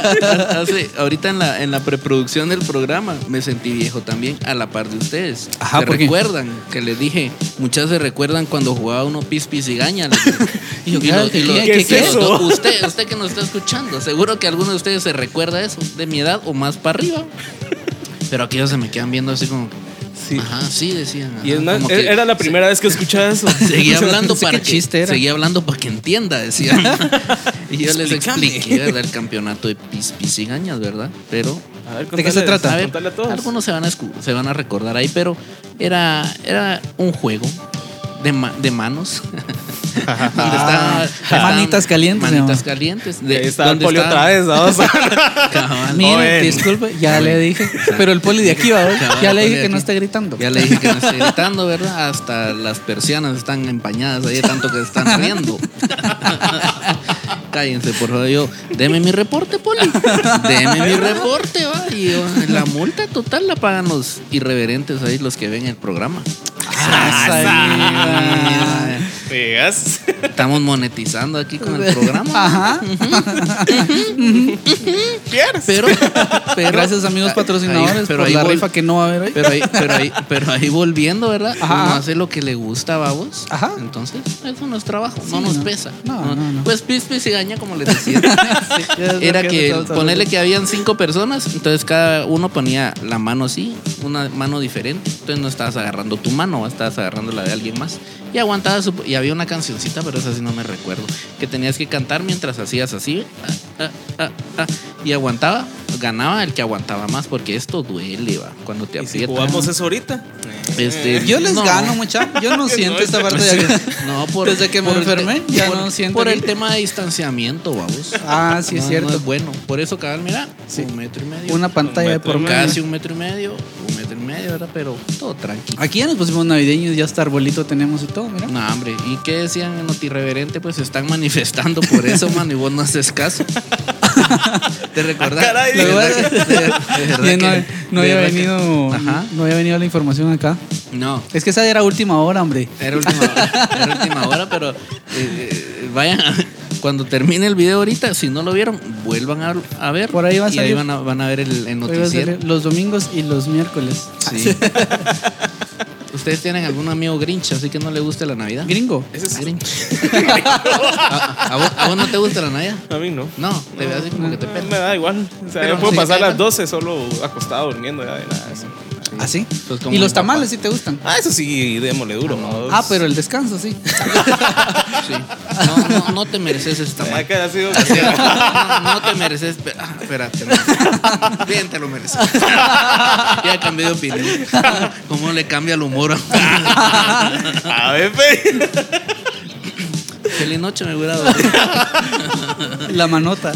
Speaker 3: hace- ahorita en la, en la preproducción del programa me sentí viejo también, a la par de ustedes.
Speaker 2: Ajá,
Speaker 3: ¿Se
Speaker 2: ¿por qué?
Speaker 3: recuerdan? Que les dije, muchas se recuerdan cuando jugaba uno pispis y gaña.
Speaker 2: Y yo, claro, ¿qué- qué-
Speaker 6: qué es
Speaker 3: y los
Speaker 6: eso?
Speaker 3: dos- usted, usted que nos está escuchando, seguro que alguno de ustedes se recuerda eso, de mi edad o más para arriba. Pero aquellos se me quedan viendo así como,
Speaker 6: Sí.
Speaker 3: ajá, sí, decían.
Speaker 6: Y
Speaker 3: ajá,
Speaker 6: es más, e,
Speaker 3: como que-
Speaker 6: era la primera vez que escuchaba
Speaker 3: [laughs]
Speaker 6: eso. [laughs]
Speaker 3: Seguía hablando
Speaker 2: No sé
Speaker 3: para
Speaker 2: qué
Speaker 3: que
Speaker 2: chiste era.
Speaker 3: seguía hablando para que entienda, decía. y yo les
Speaker 2: Explícame.
Speaker 3: expliqué ¿verdad? el campeonato de pis, pisigañas, ¿verdad? Pero
Speaker 6: A ver,
Speaker 2: ¿De qué se
Speaker 6: contale-
Speaker 2: trata?
Speaker 3: a ver,
Speaker 6: contale a todos.
Speaker 3: algunos se van a escu- se van a recordar ahí, pero era era un juego de, ma- de manos. Donde
Speaker 2: Ah,
Speaker 3: estaban-
Speaker 2: manitas calientes, se
Speaker 3: Manitas
Speaker 2: llama.
Speaker 3: calientes.
Speaker 6: Ahí
Speaker 3: de-
Speaker 6: está el
Speaker 3: donde
Speaker 6: polio
Speaker 3: estaban-
Speaker 6: otra vez. vamos [laughs] a-
Speaker 3: [laughs] Cabal.
Speaker 2: Mire,
Speaker 6: Joven.
Speaker 2: disculpe, ya le dije. Pero el poli de aquí, ¿verdad?
Speaker 3: Cabal,
Speaker 2: Ya le dije
Speaker 3: el Ah, poli
Speaker 2: que
Speaker 3: de
Speaker 2: no
Speaker 3: aquí.
Speaker 2: esté gritando.
Speaker 3: Ya le dije que no estoy gritando, ¿verdad? Hasta las persianas están empañadas ahí, de tanto que están riendo. Cállense, por favor. Yo, deme mi reporte, Poli. Deme mi reporte, va. Y yo, la multa total la pagan los irreverentes ahí, los que ven el programa.
Speaker 2: Ah,
Speaker 3: Ay,
Speaker 6: Veas.
Speaker 3: Estamos monetizando aquí con el programa.
Speaker 2: Ajá.
Speaker 6: Vieras.
Speaker 3: Pero, pero-
Speaker 2: Gracias, amigos
Speaker 3: Ah,
Speaker 2: patrocinadores,
Speaker 3: ahí- pero
Speaker 2: por
Speaker 3: ahí
Speaker 2: la
Speaker 3: vol-
Speaker 2: rifa que no va a haber hoy.
Speaker 3: Pero ahí, pero ahí, pero ahí volviendo, ¿verdad?
Speaker 2: Ajá.
Speaker 3: Uno hace lo que le gusta, vamos.
Speaker 2: Ajá.
Speaker 3: Entonces, eso no es trabajo,
Speaker 2: Sí,
Speaker 3: no nos
Speaker 2: no.
Speaker 3: pesa.
Speaker 2: No, no, no.
Speaker 3: Pues pis, pis y gaña, como les decía. Era que ponerle que habían cinco personas, entonces cada uno ponía la mano así, una mano diferente. Entonces no estabas agarrando tu mano, estabas agarrando la de alguien más. Y aguantaba su- y había una cancioncita, pero esa sí no me recuerdo, que tenías que cantar mientras hacías así. ah, ah, ah, ah, y aguantaba, ganaba el que aguantaba más, porque esto duele, va, cuando te
Speaker 6: Y si
Speaker 3: aprietas.
Speaker 6: jugamos eso ahorita.
Speaker 3: Este,
Speaker 2: Yo les
Speaker 3: no. [laughs]
Speaker 2: gano, mucha. Yo no siento esta parte de acá.
Speaker 3: No, por,
Speaker 2: Desde que me
Speaker 3: por el te-
Speaker 2: enfermé, ya
Speaker 3: por-
Speaker 2: no siento
Speaker 3: Por
Speaker 2: ni-
Speaker 3: el tema de distanciamiento, vamos.
Speaker 2: Ah, sí, es
Speaker 3: No,
Speaker 2: cierto.
Speaker 3: no es bueno. Por eso, cabal, mira,
Speaker 2: Sí.
Speaker 3: un metro y medio.
Speaker 2: Una pantalla de por
Speaker 6: metro y
Speaker 2: medio.
Speaker 3: Casi un metro y medio, un metro y medio, ¿verdad? Pero todo tranquilo.
Speaker 2: Aquí ya nos pusimos navideños, ya hasta arbolito tenemos y todo, mira.
Speaker 3: No, hombre, ¿y qué decían en Notirreverente? Pues se están manifestando
Speaker 2: [laughs]
Speaker 3: por eso, mano, y vos no haces caso. ¿Te recordás?
Speaker 6: Ah, caray.
Speaker 3: De verdad
Speaker 2: [laughs]
Speaker 3: que- de- de
Speaker 2: Ya
Speaker 3: verdad
Speaker 2: no,
Speaker 3: que-
Speaker 2: no
Speaker 3: de
Speaker 2: había
Speaker 3: verdad que-
Speaker 2: venido,
Speaker 3: Ajá.
Speaker 2: no había venido la información acá.
Speaker 3: No,
Speaker 2: Es que esa era última hora, hombre.
Speaker 3: Era última hora, era última hora, pero eh, eh, vayan, cuando termine el video ahorita, si no lo vieron, vuelvan a, a ver.
Speaker 2: Por ahí va a
Speaker 3: y
Speaker 2: salir.
Speaker 3: ahí van a, van a ver el, el
Speaker 2: Hoy va a
Speaker 3: noticiero.
Speaker 2: salir Los domingos y los miércoles.
Speaker 3: Sí. [laughs] ¿Ustedes tienen algún amigo Grinch, así que no le guste la Navidad? Ah,
Speaker 2: Gringo.
Speaker 6: Ese es-
Speaker 3: Grinch. Ah, ¿A, a vos, a vos no te gusta la Navidad?
Speaker 6: A mí no.
Speaker 3: No, te veo así como que te
Speaker 6: No,
Speaker 3: pela.
Speaker 6: Me da igual. O sea,
Speaker 3: Pero
Speaker 6: yo puedo
Speaker 3: sí,
Speaker 6: pasar
Speaker 3: ya
Speaker 6: las
Speaker 3: no.
Speaker 6: 12 solo acostado durmiendo. Ya de nada, eso.
Speaker 2: ¿Ah, sí?
Speaker 3: Sos como
Speaker 2: ¿Y
Speaker 3: mi
Speaker 2: los
Speaker 3: papá.
Speaker 2: tamales sí te gustan?
Speaker 6: Ah, eso sí, démosle duro. vamos.
Speaker 3: pues,
Speaker 2: Ah, pero el descanso
Speaker 3: [laughs]
Speaker 2: sí.
Speaker 3: Sí. No, no, no te mereces esta
Speaker 6: Ya
Speaker 3: marca.
Speaker 6: que ha sido-
Speaker 3: [laughs] No, no te mereces. pe- ah, Espérate. no. Bien, te lo mereces. Ya cambié de opinión. ¿Cómo le cambia el humor?
Speaker 6: A ver, pues. fe.
Speaker 3: Feliz noche, me hubiera dormido.
Speaker 2: La manota.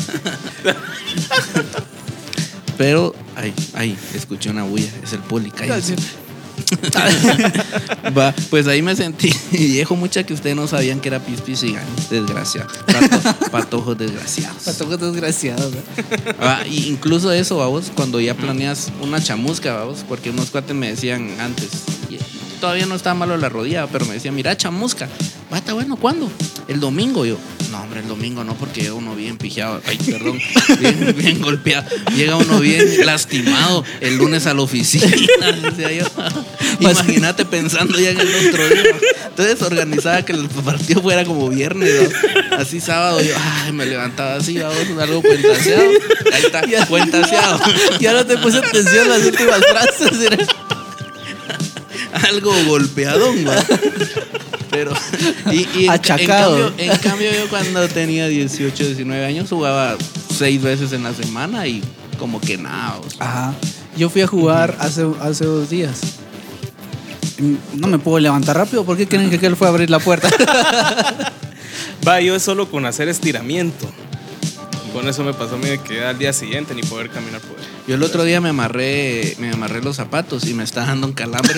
Speaker 3: Pero, ay, ay, escuché una bulla. Es el poli, cállense. [laughs] Va, pues ahí me sentí [laughs] viejo, mucha que ustedes no sabían que era pispis y gano. Desgraciado. Pato- patojos desgraciados.
Speaker 2: Patojos desgraciados. ¿eh?
Speaker 3: Ah, y incluso eso, vamos, cuando ya planeas una chamusca, vamos, porque unos cuates me decían antes, y todavía no estaba malo la rodilla, pero me decían, mira, chamusca, va, está bueno, ¿cuándo? El domingo, yo. No, hombre, el domingo no, porque llega uno bien pijado. Ay, perdón. Bien, bien golpeado. Llega uno bien lastimado el lunes a la oficina. [laughs] decía yo. [laughs]
Speaker 2: Pues,
Speaker 3: Imagínate pensando ya en el otro día. Entonces organizaba que el partido fuera como viernes. ¿no? Así sábado. Yo, ay, me levantaba así, vamos, algo cuentaseado. Ahí está, cuentaseado.
Speaker 2: [laughs] Ya no te puse atención las últimas frases. era-
Speaker 3: algo golpeadón, va. Pero. Y, y en-
Speaker 2: Achacado.
Speaker 3: En, cambio, en cambio, yo cuando tenía 18, 19 años jugaba seis veces en la semana y como que nada. o sea,
Speaker 2: Ajá. Yo fui a jugar hace, hace dos días. Mm, No me puedo levantar rápido. ¿Por qué creen que aquel fue a abrir la
Speaker 3: [laughs]
Speaker 2: puerta?
Speaker 6: Va, yo es solo con hacer estiramiento. Con eso me pasó a mí de que al día siguiente ni poder caminar poder.
Speaker 3: Yo el otro día me amarré, me amarré los zapatos y me está dando un calambre.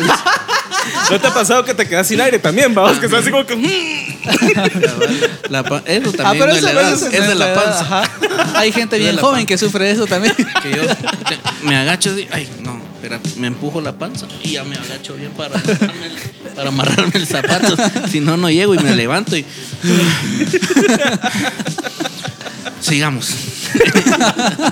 Speaker 6: ¿No te ha pasado que te quedas sin aire también, vamos? Que estás así como que... "Mm".
Speaker 3: La pa- eso también
Speaker 2: Ah, pero
Speaker 3: duele,
Speaker 2: eso no
Speaker 3: ¿verdad?
Speaker 2: es
Speaker 3: es de la
Speaker 2: enfermedad,
Speaker 3: panza.
Speaker 2: ajá. Hay gente
Speaker 3: Es de
Speaker 2: bien
Speaker 3: la
Speaker 2: joven
Speaker 3: panza.
Speaker 2: que sufre de eso
Speaker 3: [laughs]
Speaker 2: también.
Speaker 3: que yo te- me agacho y ay, no, espérate, me empujo la panza y ya me agacho bien para amarrarme el, para amarrarme el zapato. Si no, no llego y me levanto y. [laughs] Sigamos.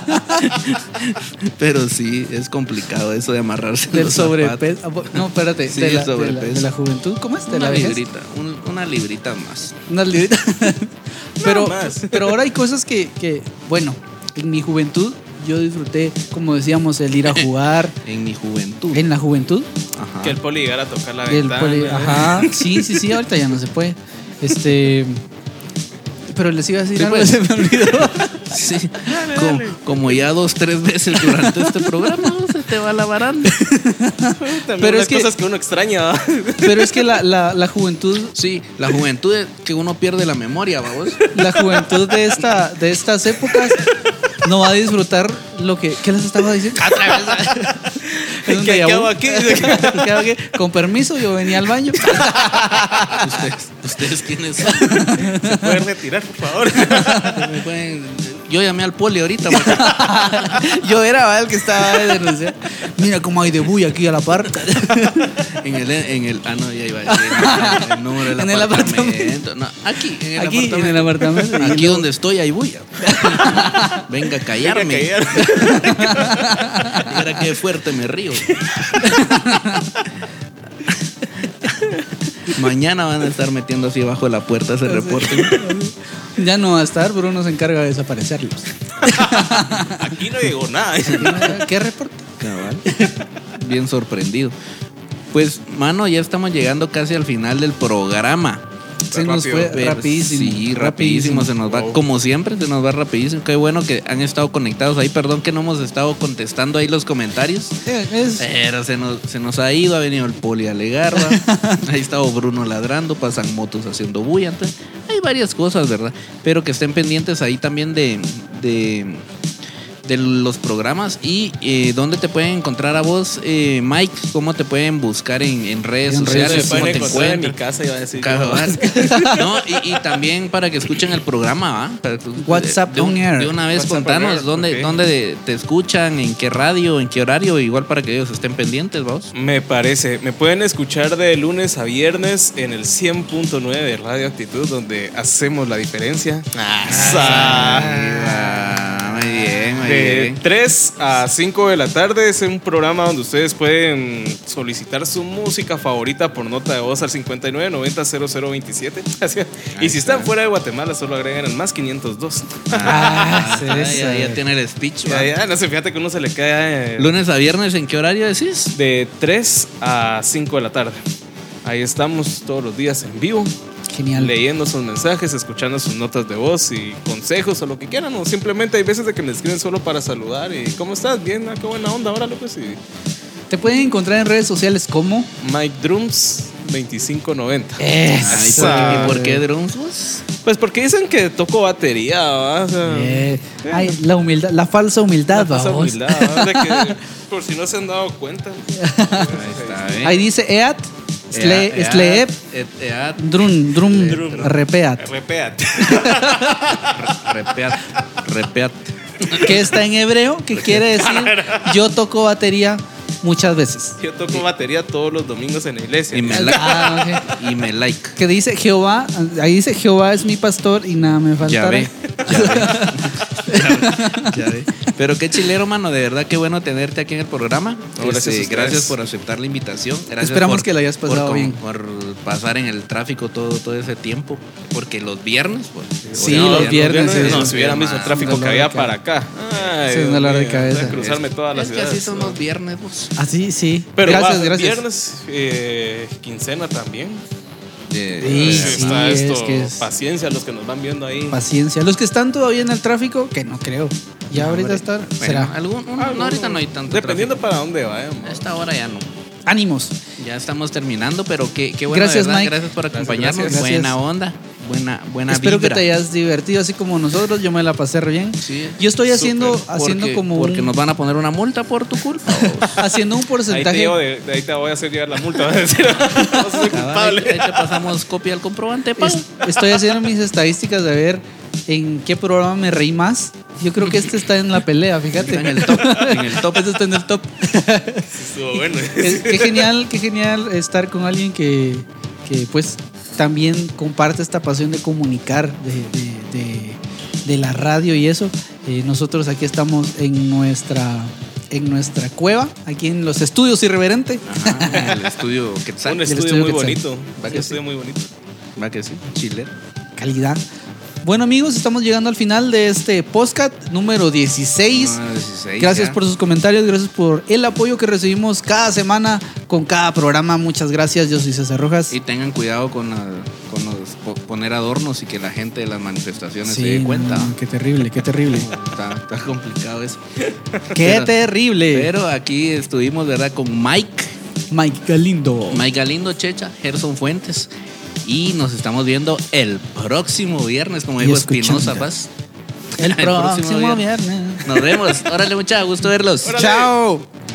Speaker 3: [laughs] Pero sí, es complicado eso de amarrarse
Speaker 2: Del
Speaker 3: los zapatos.
Speaker 2: sobrepeso. Ah, bo- No, espérate.
Speaker 3: Sí,
Speaker 2: de,
Speaker 3: el
Speaker 2: la, de la-
Speaker 3: sobrepeso.
Speaker 2: de la juventud. ¿Cómo es? De
Speaker 3: Una
Speaker 2: la vejez.
Speaker 3: librita, un- una librita más.
Speaker 2: Una
Speaker 3: [laughs]
Speaker 2: librita. [laughs] pero,
Speaker 6: más.
Speaker 2: pero ahora hay cosas que, que, bueno, en mi juventud yo disfruté, como decíamos, el ir a
Speaker 3: [laughs]
Speaker 2: jugar
Speaker 3: En mi juventud.
Speaker 2: en la juventud.
Speaker 3: Ajá.
Speaker 6: Que el poli llegara a tocar la
Speaker 2: El
Speaker 6: ventana.
Speaker 2: poli- ajá, sí, sí, sí, ahorita ya no se puede. Este. Pero les iba a decir
Speaker 3: Sí,
Speaker 2: algo,
Speaker 3: pues.
Speaker 2: se me olvidó.
Speaker 3: Sí. Co- Como, ya dos, tres veces durante este programa, se te va la baranda.
Speaker 6: También
Speaker 2: pero
Speaker 6: las
Speaker 2: es que-
Speaker 6: cosas que uno extraña, ¿va?
Speaker 2: [laughs]
Speaker 6: [laughs]
Speaker 2: Pero es que la, la, la juventud,
Speaker 3: Sí, la juventud es que uno pierde la memoria, vamos.
Speaker 2: la juventud de, esta, de estas épocas no va a disfrutar lo que. ¿Qué les estaba diciendo? Es un
Speaker 6: ¿Qué-
Speaker 2: déjà
Speaker 6: qué
Speaker 2: vu.
Speaker 6: hago aquí?
Speaker 2: ¿Qué hago aquí? Con permiso, yo venía al baño. [laughs]
Speaker 3: Ustedes, ustedes quiénes son.
Speaker 6: ¿Se puede retirar,
Speaker 2: [laughs]
Speaker 6: por favor?
Speaker 3: Me pueden- Yo llamé al poli ahorita. porque-
Speaker 2: Yo era el que estaba de denunciar. Mira cómo hay de bulla aquí a la par.
Speaker 3: En el, en el. Ah, no, ya iba a decir. El número del
Speaker 2: En el
Speaker 3: apartamento. No, aquí, en el
Speaker 2: Aquí, [laughs]
Speaker 3: apartamento.
Speaker 2: en el apartamento.
Speaker 3: Aquí donde estoy hay bulla. Venga a callarme.
Speaker 6: Venga a
Speaker 2: [laughs]
Speaker 3: Mira qué fuerte me río. Mañana van a estar metiendo así bajo la puerta ese reporte.
Speaker 2: Ya no va a estar, Bruno se encarga de desaparecerlos.
Speaker 6: Aquí no llegó nada.
Speaker 2: ¿Qué reporte?
Speaker 3: Cabal. Bien sorprendido. Pues, mano, ya estamos llegando casi al final del programa.
Speaker 2: Se nos
Speaker 6: rápido,
Speaker 2: fue
Speaker 3: Pero
Speaker 2: rapidísimo.
Speaker 3: Sí, rapidísimo, se nos va.
Speaker 6: Wow.
Speaker 3: Como siempre, se nos va rapidísimo. Qué bueno que han estado conectados ahí. Perdón que no hemos estado contestando ahí los comentarios.
Speaker 2: Eh, es-
Speaker 3: Pero se nos, se nos ha ido, ha venido el poli a alegar,
Speaker 2: [laughs]
Speaker 3: ¿va? ahí está Bruno ladrando, pasan motos haciendo bulla, entonces hay varias cosas, ¿verdad? Pero que estén pendientes ahí también de, de, de los programas y eh, dónde te pueden encontrar a vos, eh, Mike, cómo te pueden buscar en, en redes
Speaker 2: En redes
Speaker 3: sociales,
Speaker 6: Se
Speaker 3: cómo
Speaker 6: pueden
Speaker 3: te
Speaker 6: encontrar en mi
Speaker 3: encuentran.
Speaker 6: casa y va a decir...
Speaker 3: Cabal. [laughs] No, y, y también para que escuchen el programa, ¿va? Para que-
Speaker 2: WhatsApp
Speaker 3: de, un-
Speaker 2: on air.
Speaker 3: De una vez
Speaker 6: WhatsApp
Speaker 3: contanos
Speaker 6: on air,
Speaker 3: dónde,
Speaker 6: ok.
Speaker 3: dónde de- te escuchan, en qué radio, en qué horario, igual para que ellos estén pendientes, vamos.
Speaker 6: Me parece. Me pueden escuchar de lunes a viernes en el 100.9 de Radio Actitud, donde hacemos la diferencia. Sa-
Speaker 3: Ah, muy bien, muy
Speaker 6: De
Speaker 3: bien.
Speaker 6: 3 a 5 de la tarde es un programa donde ustedes pueden solicitar su música favorita por nota de voz al 59900027. [laughs] Así es. Y si están fuera de Guatemala, solo agregan el más 502.
Speaker 2: Ah,
Speaker 3: Ah,
Speaker 2: sí,
Speaker 3: ya,
Speaker 2: sí.
Speaker 3: ya tiene el speech.
Speaker 6: Ya,
Speaker 3: va.
Speaker 6: ya, no se fíjate que uno se le cae. eh,
Speaker 3: Lunes a viernes, ¿en qué horario decís?
Speaker 6: de 3 a 5 de la tarde. Ahí estamos todos los días en vivo,
Speaker 2: Genial.
Speaker 6: leyendo sus mensajes, escuchando sus notas de voz y consejos o lo que quieran. O simplemente hay veces de que me escriben solo para saludar y ¿cómo estás? Bien, ah, qué buena onda, órale pues. Y
Speaker 2: Te pueden encontrar en redes sociales como.
Speaker 6: Mike Drums 2590.
Speaker 3: Ay,
Speaker 2: Eso.
Speaker 3: ¿por qué-
Speaker 6: Ah,
Speaker 3: ¿Y por qué drums vos?
Speaker 6: Pues porque dicen que toco batería, ¿va? O sea,
Speaker 2: Bien. eh, Ay, la humildad, Ah. la falsa humildad,
Speaker 6: esa
Speaker 2: vamos.
Speaker 6: humildad,
Speaker 2: [laughs]
Speaker 6: ¿va? De que, por si no se han dado cuenta.
Speaker 2: [laughs]
Speaker 3: Está bien.
Speaker 2: Ahí dice EAT, Sle-
Speaker 3: Ea- ea-
Speaker 2: Sleep,
Speaker 3: e- ea-
Speaker 2: Drum, Drum,
Speaker 6: Drum.
Speaker 2: Repeat,
Speaker 6: Repéate.
Speaker 3: Repeat, repeat.
Speaker 6: [laughs]
Speaker 2: que está en hebreo, que quiere decir yo toco batería, muchas veces.
Speaker 6: [laughs] Yo toco batería todos los domingos en la iglesia.
Speaker 3: Y me like.
Speaker 2: [laughs] Ah, ok.
Speaker 3: Y me like.
Speaker 2: Que dice Jehová, ahí dice Jehová es mi pastor y nada me faltará.
Speaker 3: Ya ve. Ya
Speaker 2: [laughs]
Speaker 3: ve. Ya ve, ya ve. Pero qué chilero, mano. De verdad, qué bueno tenerte aquí en el programa.
Speaker 6: No, gracias a
Speaker 3: Este,
Speaker 6: ustedes.
Speaker 3: gracias por aceptar la invitación. Gracias
Speaker 2: Esperamos
Speaker 3: por-
Speaker 2: que la hayas
Speaker 3: por
Speaker 2: pasado
Speaker 3: con-
Speaker 2: bien.
Speaker 3: Por pasar en el tráfico todo, todo ese tiempo. Porque los viernes. pues,
Speaker 2: Sí,
Speaker 3: hoy
Speaker 6: No,
Speaker 2: los
Speaker 3: no,
Speaker 2: viernes, sí,
Speaker 6: no,
Speaker 2: sí,
Speaker 6: si hubiera
Speaker 3: sí,
Speaker 6: mismo
Speaker 3: man.
Speaker 6: tráfico
Speaker 2: dolor
Speaker 6: que
Speaker 2: de
Speaker 6: había
Speaker 2: cabeza.
Speaker 6: para acá. Ay,
Speaker 2: Sí, un
Speaker 6: Dios
Speaker 2: dolor de
Speaker 6: mío,
Speaker 2: cabeza.
Speaker 6: voy a cruzarme todas las
Speaker 3: Es que así
Speaker 6: ciudades.
Speaker 3: son los viernes, pues.
Speaker 2: Así, Ah, sí.
Speaker 6: Pero
Speaker 2: gracias,
Speaker 6: va,
Speaker 2: gracias.
Speaker 6: viernes, eh, quincena también.
Speaker 2: Sí,
Speaker 6: Eh,
Speaker 2: sí,
Speaker 6: está
Speaker 2: es
Speaker 6: esto.
Speaker 2: que es-
Speaker 6: Paciencia a los que nos van viendo ahí.
Speaker 2: Paciencia. Los que están todavía en el tráfico, que no creo. Ya ahorita estar,
Speaker 3: Bueno,
Speaker 2: será.
Speaker 3: algún- no,
Speaker 6: Ah,
Speaker 3: no, ahorita no hay tanto.
Speaker 6: Dependiendo
Speaker 3: tráfico. Este
Speaker 6: para dónde vayamos.
Speaker 3: A esta hora ya no.
Speaker 2: Ánimos.
Speaker 3: Ya estamos terminando, pero qué, qué bueno.
Speaker 2: Gracias,
Speaker 3: de verdad,
Speaker 2: Mike.
Speaker 3: Gracias por acompañarnos.
Speaker 2: gracias.
Speaker 3: Buena onda. Buena, buena
Speaker 2: Espero que
Speaker 3: vibra.
Speaker 2: te hayas divertido así como nosotros. Yo me la pasé re bien.
Speaker 3: Sí.
Speaker 2: Yo estoy haciendo,
Speaker 3: Súper.
Speaker 2: haciendo
Speaker 3: Porque-
Speaker 2: como
Speaker 3: Porque
Speaker 2: un,
Speaker 3: nos van a poner una multa por tu
Speaker 2: [laughs]
Speaker 3: culpa. vos.
Speaker 2: haciendo un
Speaker 6: Ahí te,
Speaker 2: porcentaje.
Speaker 6: llevo de- de ahí te voy a hacer llegar la multa. [laughs] vas a decir, "Ah, no soy
Speaker 3: Ahí te
Speaker 6: culpable.
Speaker 3: pasamos copia al comprobante de pago.
Speaker 2: Es- estoy haciendo mis estadísticas de ver en qué programa me reí más. Yo creo que este está en la pelea, fíjate.
Speaker 3: Está en el top, en el top.
Speaker 2: Este está en el top.
Speaker 6: Estuvo bueno.
Speaker 2: Es- qué genial, qué genial estar con alguien que, que, pues también comparte esta pasión de comunicar, de, de- de- de la radio y eso. Eh, nosotros aquí estamos en nuestra, en nuestra cueva, aquí en los estudios irreverente.
Speaker 3: Ajá, en el estudio
Speaker 6: Un
Speaker 3: Quetzal.
Speaker 2: es-
Speaker 6: estudio,
Speaker 2: estudio
Speaker 6: muy
Speaker 2: que sale.
Speaker 6: bonito.
Speaker 3: Va
Speaker 6: Un
Speaker 3: que
Speaker 6: estudio
Speaker 3: sí.
Speaker 6: muy bonito.
Speaker 3: Va que sí, Chile.
Speaker 2: Calidad. Bueno amigos, estamos llegando al final de este podcast número 16.
Speaker 3: Ah, 16,
Speaker 2: Gracias
Speaker 3: ya.
Speaker 2: por sus comentarios, gracias por el apoyo que recibimos cada semana con cada programa. Muchas gracias, yo soy César Rojas.
Speaker 3: Y tengan cuidado con, la- con los- po- poner adornos y que la gente de las manifestaciones
Speaker 2: Sí,
Speaker 3: se dé cuenta.
Speaker 2: no, no, qué terrible, qué terrible.
Speaker 3: Está, está complicado eso.
Speaker 2: qué
Speaker 3: [laughs] Pero-
Speaker 2: terrible.
Speaker 3: Pero aquí estuvimos, ¿verdad? Con Mike,
Speaker 2: Mike Galindo.
Speaker 3: Mike Galindo Checha, Gerson Fuentes. Y nos estamos viendo el próximo viernes, como
Speaker 2: Y
Speaker 3: digo,
Speaker 2: escuchando.
Speaker 3: Espinosa Paz.
Speaker 2: el, próximo,
Speaker 3: vier-
Speaker 2: viernes.
Speaker 3: Nos vemos. Órale, mucha gusto verlos.
Speaker 2: Chao.